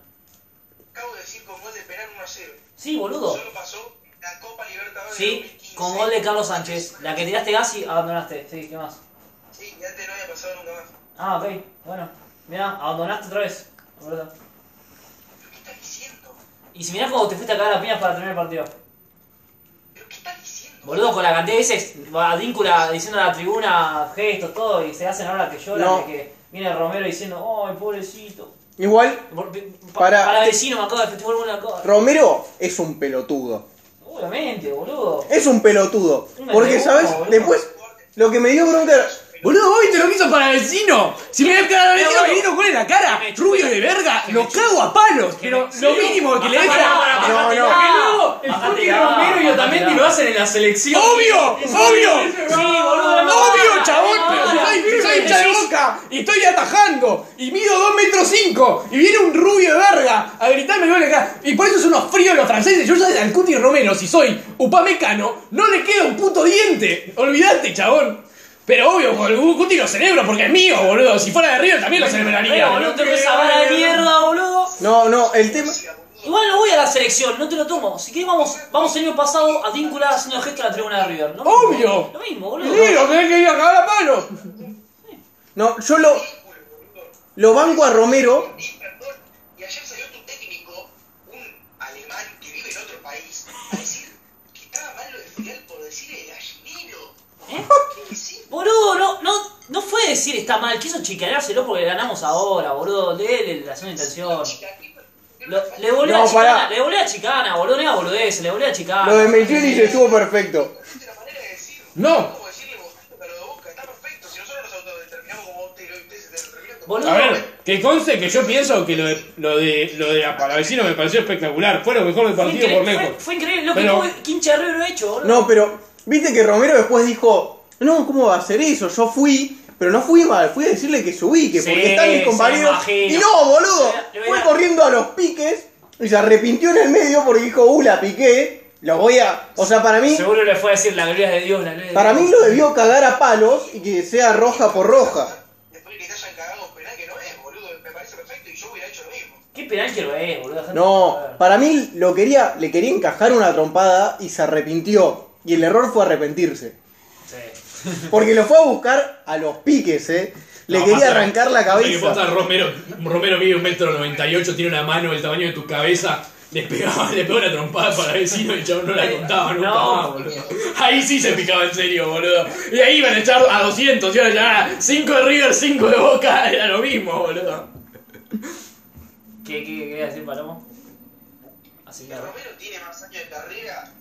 S7: acabo de decir con gol de penal 1 a 0.
S4: Sí, boludo.
S7: Solo pasó la Copa Libertadores de
S4: Sí,
S7: 2015.
S4: con gol de Carlos Sánchez. La que tiraste gas y abandonaste. Sí, ¿qué más?
S7: Sí, y antes no había pasado nunca más.
S4: Ah, ok. Bueno. Mirá, abandonaste otra vez. boludo.
S7: ¿Pero qué estás diciendo?
S4: Y si mirá cómo te fuiste a cagar a piñas para terminar el partido.
S7: ¿Pero qué estás diciendo?
S4: Boludo, con la cantidad de veces, Adíncula diciendo a la tribuna gestos, todo, y se hacen ahora que lloran
S3: No.
S4: de que viene Romero diciendo, ¡ay, pobrecito!
S3: Igual,
S4: Por- pe- pa-
S3: Pará.
S4: Para vecino me acaba de festejar una cosa.
S3: Romero es un pelotudo.
S4: Obviamente, boludo.
S3: Es un pelotudo.
S4: Una
S3: Porque,
S4: pregunta,
S3: ¿sabes?
S4: boludo.
S3: Después, lo que me dio bronca era-
S5: Boludo, vos viste lo que hizo para vecino. Si me quedar al vecino,
S4: Pero,
S5: me vino con en la cara.
S4: que me chupe-
S5: Rubio de verga, lo cago a palos. Pero
S4: me-
S5: lo
S4: sí.
S5: mínimo que le
S4: Pará,
S5: dejo.
S4: pará, pará,
S5: No,
S4: pará,
S5: no.
S4: pará.
S6: el
S4: Bajate
S6: fucking
S4: la-
S6: Romero y
S4: bajate
S6: Otamendi
S4: la-
S6: lo hacen en la selección.
S5: ¡Obvio! ¡Obvio!
S4: Sí, boludo, la
S5: ¡Obvio,
S4: mala,
S5: chabón!
S4: la
S5: Pero si
S4: mala.
S5: soy, si soy hincha de boca y estoy atajando y mido 2 metros 5 y viene un rubio de verga a gritarme el gol acá. Y por eso son unos fríos los franceses. Yo soy al Cuti Romero, si soy upamecano, no le queda un puto diente. Olvídate, chabón. Pero obvio, el Cuti lo celebro porque es mío, boludo. Si fuera de Río también lo celebraría.
S4: Pero, boludo, te esa vara de mierda, boludo.
S3: No, no, el tema.
S4: Igual no voy a la selección, no te lo tomo. Si querés vamos, vamos el año pasado a Díncula haciendo el gesto a la tribuna de River. Lo mismo.
S5: Obvio.
S4: Lo mismo, boludo.
S5: Sí, lo tenés que ir a cagar a palos.
S3: No, yo lo, lo banco a Romero.
S7: Y, perdón, y ayer salió tu técnico, un alemán que vive en otro país, a decir que estaba mal lo de Fidel por decir el gallinero.
S4: ¿Eh?
S7: ¿Qué decís?
S4: Boludo, no, no, no fue decir está mal, quiso chicaneárselo porque ganamos ahora, boludo. Dele la segunda intención.
S7: Chica, ¿qué- qué-
S4: Lo- le volvió
S3: No,
S4: a chicana,
S3: pará.
S4: le volvió a chicana, boludo, no era boludez, le volvió a chicana.
S3: Lo de Melchior se estuvo perfecto.
S7: Es una manera de decir,
S5: No.
S7: ¿Cómo decirle botito a lo de Boca? Está perfecto, si nosotros nos autodeterminamos como vos te lo ustedes se determinan como-
S4: Boludo.
S5: A ver, que conste que yo pienso que lo de, lo de, lo de Palavecino me pareció espectacular. Fue lo mejor del
S4: fue
S5: partido
S4: increíble,
S5: por
S4: fue-
S5: lejos.
S4: fue increíble lo que
S5: Pero-
S4: tuvo Quincha Herrero ha hecho, boludo.
S3: No, pero viste que Romero después dijo: No, ¿cómo va a ser eso? Yo fui, pero no fui mal, fui a decirle que subí, que
S4: Sí,
S3: porque están mis
S4: se
S3: compañeros.
S4: imagina.
S3: Y no, boludo,
S4: Le voy a-
S3: fue corriendo a los piques y se arrepintió en el medio porque dijo: Uh, la piqué, lo voy a. O sea, para mí,
S4: Seguro le fue a decir la gloria de Dios, la gloria de
S3: para
S4: Dios.
S3: mí lo debió cagar a palos y que sea roja por roja.
S7: Después de que te hayan cagado un penal que no es, boludo, me parece perfecto y yo hubiera hecho lo mismo.
S4: Qué penal que lo es, boludo. dejate
S3: No,
S4: de joder.
S3: para mí lo quería, le quería encajar una trompada y se arrepintió. Y el error fue arrepentirse.
S4: Sí.
S3: Porque lo fue a buscar a los piques, ¿eh? Le
S6: No,
S3: quería
S6: pasa-
S3: arrancar la
S6: pasa que pasa
S3: cabeza.
S6: Romero, Romero mide un metro noventa y ocho, tiene una mano del tamaño de tu cabeza. Le pegaba, le pegó una trompada para el vecino y el chabón no la contaba nunca
S4: No.
S6: más, boludo. Ahí sí se picaba en serio, boludo. Y ahí iban a echar a 200, iban a echar a 5 de River, 5 de Boca, era lo mismo, boludo.
S4: ¿Qué, qué, qué quería decir, Palomo? Así que.
S7: Que Romero tiene más años de carrera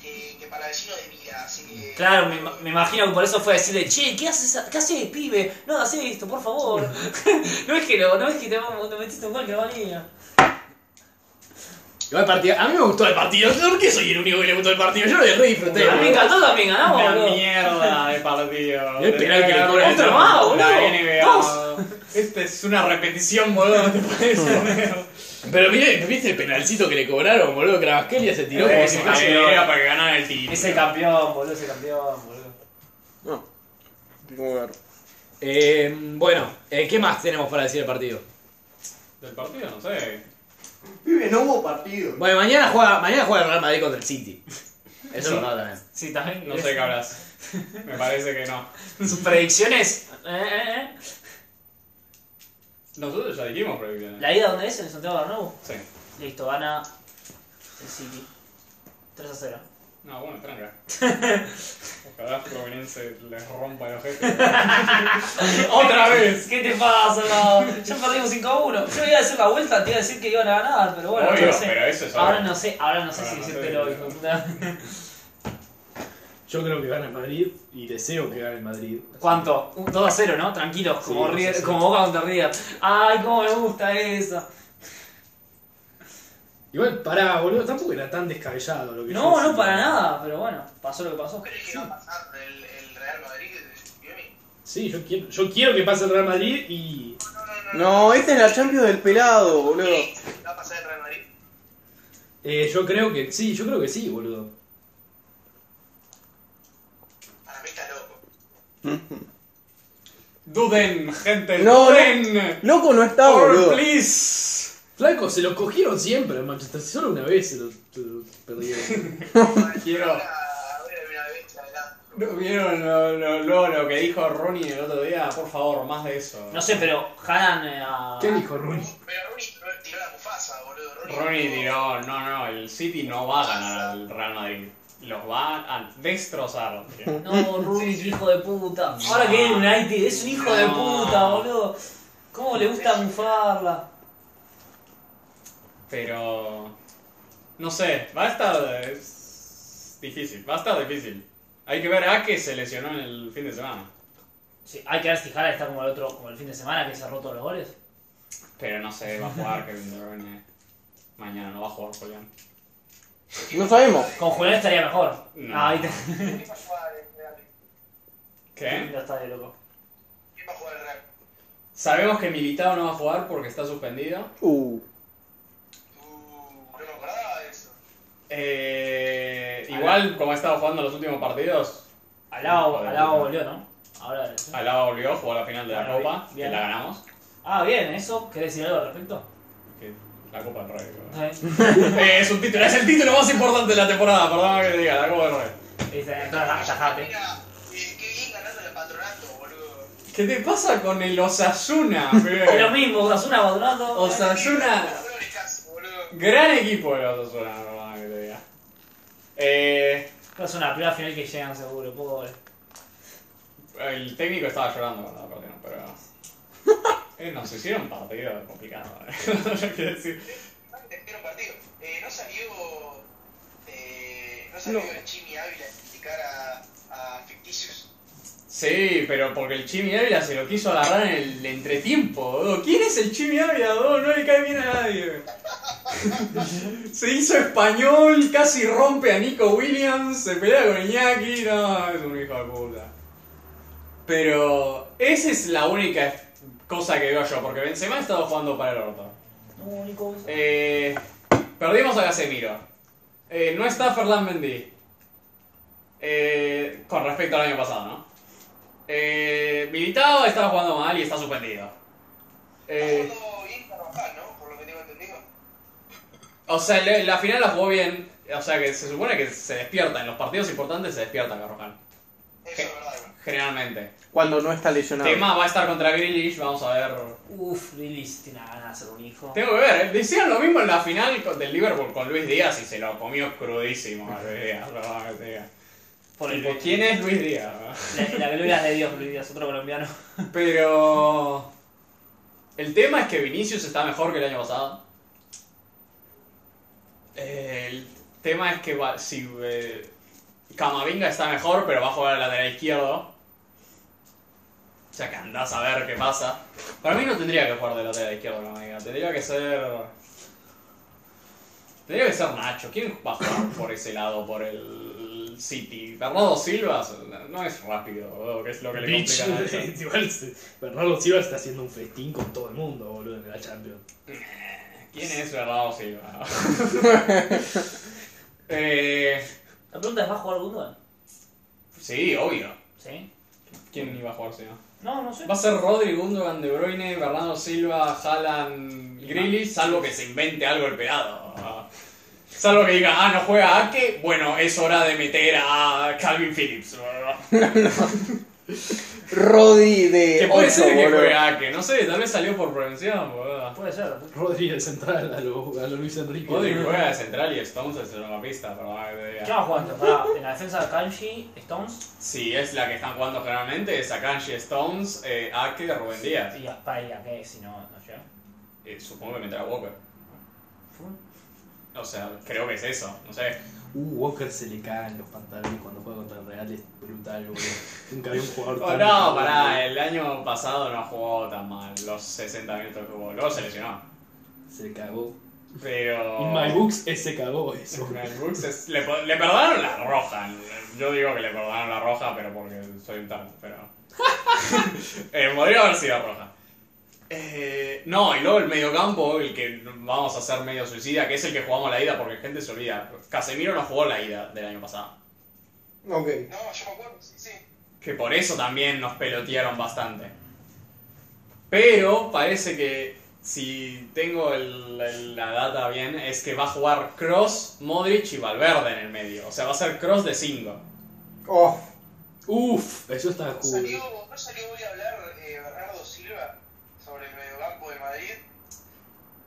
S7: que, que para vecino de vida, así que.
S4: Claro, me, ima- me imagino que por eso fue a decirle, che, ¿qué haces, a- qué haces pibe? No, haces esto, por favor. no es que lo, no es que te, vamos- te metiste un gol que no valía.
S6: Igual partido, a mí me gustó el partido. ¿Por qué soy el único que le gustó el partido? Yo lo re disfruté.
S4: A mí me
S6: boludo.
S4: encantó también, ganamos,
S2: Una
S4: boludo.
S2: mierda de partido.
S6: El penal que le cobran.
S4: Otro más, boludo.
S2: La NBA.
S4: Dos.
S2: Esta es una repetición, boludo, ¿no te parece?
S6: Pero miré, ¿viste el penalcito que le cobraron, boludo? Crabasquelia se tiró como
S5: Eh,
S2: Ese
S6: si fuese.
S2: campeón Eh, era para que ganara Ah, el título.
S4: Ese campeón, boludo, ese campeón, boludo.
S3: No. Tengo que ver.
S5: Eh, bueno, eh, ¿qué más tenemos para decir del partido?
S2: Del partido, no sé.
S10: no hubo partido.
S5: Bueno, mañana juega, mañana juega el Real Madrid contra el City. Eso lo da también.
S4: Sí, también.
S2: No sé qué hablas. Me parece que no.
S4: Sus predicciones. Eh, eh, eh.
S2: Nosotros ya dijimos predicciones.
S4: La ida donde es, en el Santiago Bernabéu.
S2: Sí.
S4: Listo, gana el City. 3 a 0.
S2: No, bueno, tranca. Ojalá Provenense les rompa el ojete. ¡Otra vez!
S4: ¿Qué te pasa, no? Ya perdimos 5 a 1. Yo iba a hacer la vuelta, te iba a decir que iban a ganar, pero bueno,
S2: Obvio,
S4: no sé.
S2: pero eso es
S4: Ahora
S2: obvio.
S4: no sé, ahora no sé
S2: Ahora
S4: si
S2: no
S4: decir
S2: sé,
S4: pero
S2: pero-
S4: hijo de puta.
S6: Yo creo que gana el Madrid y deseo que gane el Madrid.
S4: ¿Cuánto? Un 2 a 0, ¿no? Tranquilos, como,
S6: Sí,
S4: River-
S6: sí, sí.
S4: como Boca contra River. Ay, cómo me gusta eso.
S6: Igual, pará, boludo, tampoco era tan descabellado lo que yo
S4: No,
S6: decía.
S4: no para nada, pero bueno, pasó lo que pasó.
S7: ¿Vos crees que va a pasar el, el Real Madrid? Yomi?
S6: Sí, yo quiero, yo quiero que pase el Real Madrid y.
S7: No, no, no,
S3: No, esta es la Champions del pelado, boludo.
S7: ¿Qué va a pasar el Real Madrid?
S6: eh, yo creo que. Sí, yo creo que sí, boludo.
S7: Para mí está loco.
S2: Duden, gente,
S3: No, no.
S2: duden.
S3: Loco no está,
S2: Por
S3: boludo.
S2: Oh, please.
S6: Flaco, se lo cogieron siempre en Manchester, solo una vez se lo, se lo perdieron.
S2: Quiero-
S7: Una- una- una bestia adelante.
S2: ¿No vieron lo, lo- lo- lo que dijo Ronnie el otro día? Por favor, más de eso.
S4: No sé, pero jalan eh, a.
S6: ¿Qué dijo Rooney?
S7: Pero Ronnie tiró la Mufasa, boludo.
S2: Ronnie tiró, no, no, el City no va a ganar al Real Madrid. Los va a destrozar.
S4: No, Rooney, qué hijo de puta. Ahora que es United, es un hijo de
S2: No.
S4: puta, boludo. ¿Cómo le gusta mufarla?
S2: Pero... No sé, va a estar... es difícil, va a estar difícil. Hay que ver a que se lesionó en el fin de semana.
S4: Sí, hay que ver si Jala está como el otro, como el fin de semana que se ha roto los goles.
S2: Pero no sé, va a jugar Kevin De Bruyne. Mañana no va a jugar Julián.
S3: No sabemos.
S4: Con Julián estaría mejor.
S2: No.
S4: Ah, ahí te...
S7: ¿Quién va a jugar el Real?
S2: ¿Qué?
S4: Ya está de loco.
S7: ¿Quién va a jugar el Real?
S2: Sabemos que Militao no va a jugar porque está suspendido.
S3: Uh.
S7: Uh, no me acordaba de eso.
S2: Eh, igual, como ha estado jugando los últimos partidos,
S4: Alao,
S2: Hijo de
S4: Alao
S2: puta. Ah.
S4: volvió, ¿no? Ahora.
S2: Alaba volvió, jugó la final de la
S4: Bueno,
S2: Copa,
S4: bien.
S2: que la ganamos.
S4: Ah, bien, eso. ¿Querés decir algo al respecto?
S2: Que La Copa del Rey.
S4: Está
S2: ¿no?
S4: bien.
S2: Eh, es un título, es el título más importante de la temporada, perdón que te diga, la Copa del Rey.
S4: Dice, entonces atajate.
S7: Mira, eh, qué bien ganando la patronato, boludo.
S2: ¿Qué te pasa con el Osasuna,
S4: Es lo
S2: pibe?
S4: mismo, Osasuna abandonando.
S2: Osasuna,
S7: Flores casi, boludo.
S2: gran equipo el Osasuna, perdón que te diga. Eh,
S4: Es una primera final que llegan seguro, pobre.
S2: el técnico estaba llorando cuando la perdieron, pero... Eh, nos hicieron partido complicado, eh. Quiero decir,
S7: Ah, te espero un partido. Eh, no salió. Eh, no salió Jimmy Ávila a criticar a, a Ficticios.
S2: Sí, pero porque el Chimi Ávila se lo quiso agarrar en el entretiempo, boludo. ¿Quién es el Chimi Ávila, boludo? No le cae bien a nadie. se hizo español, casi rompe a Nico Williams, se pelea con Iñaki, no, es un hijo de puta. Pero esa es la única cosa que veo yo, porque Benzema ha estado jugando para el orto.
S4: No, Nico, eso.
S2: Eh, perdimos a Casemiro. Eh, no está Fernán Mendy. Eh, con respecto al año pasado, ¿no? Eh, Militao estaba jugando mal y está suspendido. Eh,
S7: Está jugando bien Carvajal, ¿no? Por lo que tengo entendido.
S2: o sea, le- la final la jugó bien. O sea, que se supone que se despierta. En los partidos importantes se despierta Carvajal.
S7: Eso
S2: ¿Qué?
S7: es verdad, boludo.
S2: Generalmente.
S3: Cuando no está lesionado.
S2: Tema va a estar contra Grealish. Vamos a ver.
S4: Uf, Lilis tiene ganas de hacer un hijo.
S2: Tengo que ver. eh, Hicieron lo mismo en la final con- del Liverpool con Luis Díaz y se lo comió crudísimo a Luis Díaz. perdón que te diga.
S4: Por el
S2: Tipo, ¿Quién es Luis Díaz?
S4: La, la gloria es de Dios, Luis Díaz, otro colombiano.
S2: Pero. El tema es que Vinicius está mejor que el año pasado. El tema es que va- si. eh, Camavinga está mejor, pero va a jugar al lateral izquierdo. O sea que andás a ver qué pasa. Para mí no tendría que jugar de lateral izquierdo Camavinga, tendría que ser. Tendría que ser Nacho. ¿Quién va a jugar por ese lado, por el City? Bernardo Silva no es rápido, boludo, que es lo que le
S6: Bitch.
S2: complica a Nacho.
S6: Igual se- Bernardo Silva está haciendo un festín con todo el mundo, boludo, en la Champions.
S2: ¿Quién es Bernardo Silva? eh,
S4: La pregunta es, ¿va a jugar Gundogan?
S2: sí, obvio.
S4: ¿Sí?
S2: ¿Quién iba a jugar si no?
S4: No, no sé.
S2: Va a ser Rodri, Gundogan, De Bruyne, Bernardo Silva, Haaland, Grealish, Ah, salvo que se invente algo el pelado. Salvo que diga, ah, no juega Ake, bueno, es hora de meter a Calvin Phillips.
S3: Rodri de.
S2: que puede
S3: ocho,
S2: ser que
S3: Eh, boludo.
S2: juegue Ake, no sé, tal vez salió por prevención. boludo.
S4: Puede ser.
S6: Rodríguez central a lo, a lo Luis Enrique.
S2: Rodri juega de central y Stones es en la pista, pero ah, que te diga.
S4: ¿Qué va a jugar? Pará, En la defensa, Kanji, Stones
S2: Sí, es la que están jugando generalmente, es Akanji Stones, eh, Ake, Rubén Díaz.
S4: y Aspaya, que si no, no llega.
S2: Eh, supongo que meterá a Walker. O sea, creo que es eso, no sé.
S6: Uh, Walker se le caen los pantalones cuando juega contra el Real, es brutal, boludo. Nunca había un jugador
S2: Oh, no,
S6: eh,
S2: pará,
S4: eh.
S2: el año pasado no jugó tan mal, los 60 minutos que jugó. Luego se lesionó.
S6: Se cagó.
S2: Pero.
S6: In my books, eh, se cagó eso.
S2: My books es- le, po- le perdonaron la roja. Yo digo que le perdonaron la roja, pero porque soy un tarro, pero. Eh, podría haber sido roja. Eh, no, y luego el mediocampo, el que vamos a hacer medio suicida, que es el que jugamos la ida porque gente se olvida. Casemiro no jugó la ida del año pasado.
S3: Ok.
S7: No, yo me acuerdo, sí, sí.
S2: que por eso también nos pelotearon bastante. Pero parece que si tengo el- el- la data bien, es que va a jugar Cross, Modric y Valverde en el medio. O sea, va a ser Cross de 5.
S3: Oh,
S6: Uf, eso está cool.
S7: Salió, ¿No salió hoy a hablar eh, Bernardo Silva sobre el mediocampo de Madrid?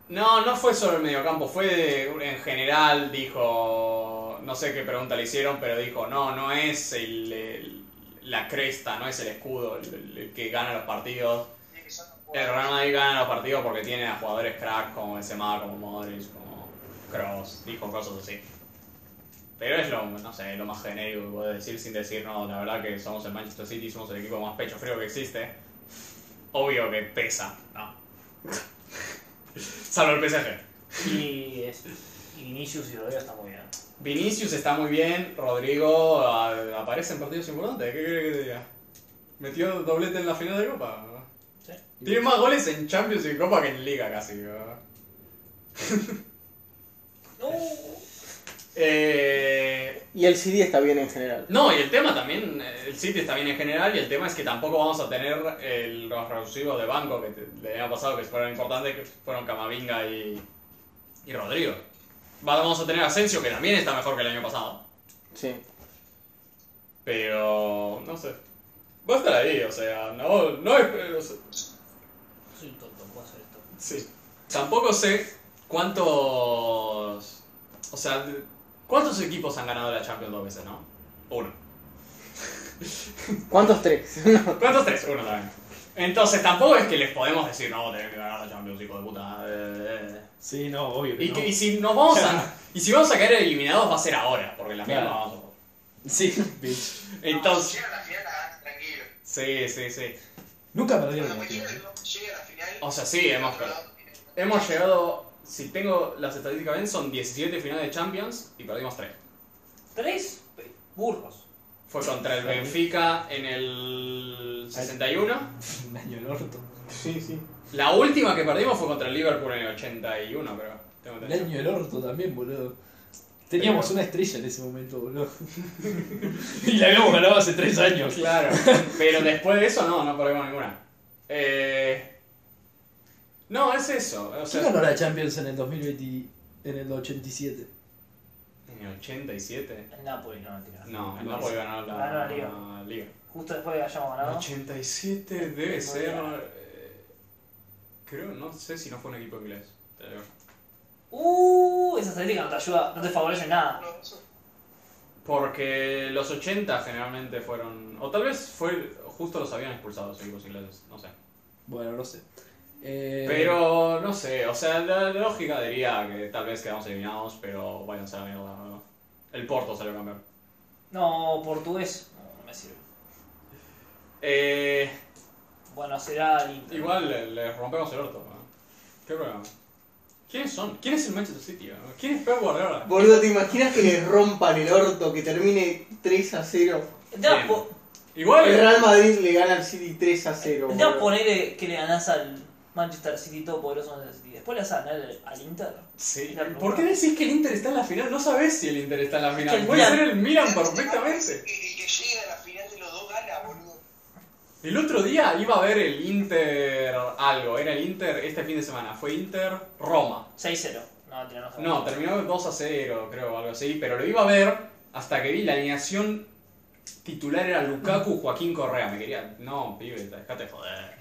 S2: No, no fue sobre el mediocampo, fue de- en general, dijo, no sé qué pregunta le hicieron, pero dijo, no, no es el- el- la cresta, no es el escudo el- el- el que gana los partidos.
S7: Dice que son los
S2: El
S7: jugadores.
S2: Real Madrid gana los partidos porque tiene a jugadores crack como Benzema, como Modric, como Cross, dijo cosas así. Pero es lo, no sé, lo más genérico que puedo decir sin decir, no, la verdad que somos el Manchester City, somos el equipo más pecho frío que existe. Obvio que pesa, ¿no? Salvo el PSG.
S4: Y, es- y Vinicius y Rodrigo están muy bien.
S2: Vinicius está muy bien, Rodrigo a- aparece en partidos importantes, ¿qué crees que te diga? Metió doblete en la final de Copa.
S4: Sí.
S2: Tiene más goles en Champions y Copa que en Liga casi. ¿no?
S4: No.
S2: Eh,
S3: y el CD está bien en general.
S2: no, y el tema también, eh, el City está bien en general y el tema es que tampoco vamos a tener el- los recibos de banco que te- del año pasado que fueron importantes, que fueron Camavinga y, y Rodrigo. Va- Vamos a tener a Asensio que también está mejor que el año pasado,
S3: Sí.
S2: pero no sé. Va a estar ahí, o sea, no, no es... o sea,
S4: Soy un tonto, puedo hacer esto.
S2: Sí. Tampoco sé cuántos... O sea, ¿cuántos equipos han ganado la Champions dos veces, no? Uno.
S3: ¿Cuántos tres?
S2: ¿Cuántos tres? Uno también. Entonces tampoco es que les podemos decir, no, tenés que ganar la Champions, hijo de puta. eh, eh,
S6: Sí, no, obvio.
S2: eh".
S6: que
S2: Y,
S6: no.
S2: que- y si nos vamos a. Y si vamos a caer eliminados va a ser ahora, porque la final
S6: Claro.
S2: no vamos a jugar.
S6: Sí, bitch.
S7: Si
S2: Entonces.
S7: llegan a la final, la ganan tranquilo.
S2: Sí, sí, sí.
S6: Nunca perdieron
S7: Cuando
S6: la
S7: cualquiera
S6: final.
S7: que llegue a la final,
S2: O sea, sí, hemos
S7: otro
S2: perdido.
S7: lado tiene-
S2: Hemos llegado. Si tengo las estadísticas bien, son 17 finales de Champions y perdimos 3.
S4: Tres eh, burros.
S2: Fue contra el Benfica en el 61.
S6: Un año el orto.
S3: Sí, sí.
S2: La última que perdimos fue contra el Liverpool en el 81, creo. Tengo
S6: Un
S2: entendido.
S6: año el orto también, boludo. Teníamos una estrella en ese momento, boludo. y la habíamos ganado hace tres años.
S2: Claro, pero después de eso no, no perdemos ninguna. Eh, no, es eso. O
S6: ¿Quién
S2: sea,
S6: ganó la Champions en el 2020, en el 87?
S2: ¿En el 87?
S4: El Napoli, no, mentira.
S2: No, el Napoli ganó la,
S4: Ganó la Liga.
S2: la Liga.
S4: Justo después de que hayamos
S2: El
S4: ganado.
S2: 87 debe ser.
S4: ganó.
S2: eh, creo, no sé si no fue un equipo inglés. te digo.
S4: Uh, esa estadística no te ayuda, no te favorece en nada.
S7: No, eso-
S2: Porque los 80 generalmente fueron. O tal vez fue justo los habían expulsado los equipos ingleses, no sé.
S4: Eh.
S6: Bueno, no sé. Eh,
S2: Pero no sé, o sea, la, la lógica diría que tal vez quedamos eliminados, pero váyanse a la mierda. ¿no? El Porto salió campeón.
S4: No, portugués, no, no me sirve.
S2: Eh,
S4: Bueno, será el Inter.
S2: igual le- les rompemos el orto. ¿no? ¿Qué problema? ¿Quiénes son? ¿Quién es el Manchester City? no? ¿Quién es Pep Guardiola?
S3: Boludo, ¿te imaginas que les rompan el orto, que termine 3 a 0?
S4: El tema es
S2: Bien.
S4: po-
S3: El
S2: Igual,
S4: Eh,
S3: Real Madrid le gana al City 3 a 0.
S4: el tema es ponerle que le ganás al Manchester City todo poderoso Manchester City. Después le vas a ganar al, al Inter.
S2: sí.
S4: Claro.
S2: ¿por qué decís que el Inter está en la final? No sabés si el Inter está en la
S4: que el
S2: final. Puede
S4: Milan-
S2: ser el Milan
S7: El
S2: perfectamente.
S7: que llega a la final de los dos gana, boludo.
S2: El otro día iba a ver el Inter algo. Era el Inter este fin de semana. Fue Inter Roma.
S4: 6-0. No, mentira, no,
S2: No, terminó 2 a 0, creo, o algo así. Pero lo iba a ver hasta que vi la alineación titular era Lukaku Joaquín Correa. Me quería. No, pibe, dejate joder.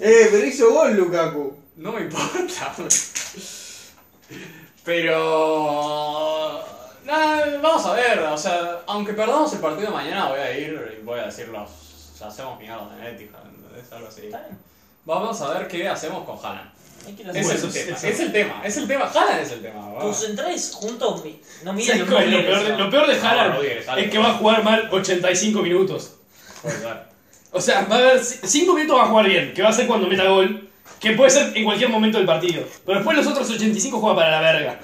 S3: Eh, pero hizo gol Lukaku.
S2: No me importa. Pero. Nada, vamos a ver. O sea, aunque perdamos el partido mañana, voy a ir y voy a decir los. Hacemos mierda de Etihad, ¿entendés? Algo así.
S4: Está bien.
S2: Vamos a ver qué hacemos con Haaland.
S4: Hay que ir a
S2: Ese
S4: hacer-
S2: es el
S6: eso
S2: tema.
S6: es eso.
S2: Es el tema. Es el tema. Haaland es el tema. va.
S4: Tus centrales juntos mi- no
S6: ¿sabes
S4: miden
S6: cuál es lo,
S4: mismo.
S6: peor de, lo peor de
S2: No,
S6: Haaland
S2: Rodríguez, dale.
S6: es que va a jugar mal 85 minutos.
S2: Joder, dale.
S6: O sea, va a haber 5 minutos va a jugar bien, que va a ser cuando meta gol, que puede ser en cualquier momento del partido. Pero después los otros 85 juega para la verga.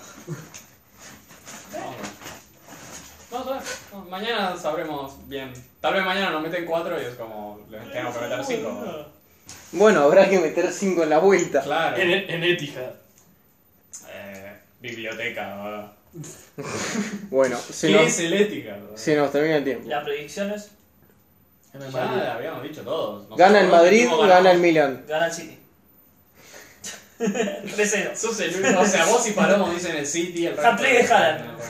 S2: Vamos a ver. No, Mañana sabremos bien. Tal vez mañana nos meten 4 y es como. Les tengo que meter 5.
S3: Bueno, habrá que meter 5 en la vuelta.
S2: Claro.
S6: En, en Etihad.
S2: Eh, biblioteca. va.
S3: Bueno, se
S2: ¿Qué
S3: nos,
S2: es el ética? va?
S3: se nos termina el tiempo.
S4: Las predicciones,
S2: Ya habíamos dicho todos. Nosotros
S3: Gana el Madrid,
S2: dijimos
S3: gana el
S2: ganamos.
S3: Milan.
S4: gana el City.
S2: 3-0.
S4: Sos el único. O sea, vos y Palomo dicen el City, el
S2: Hat-trick de Haaland.
S4: No,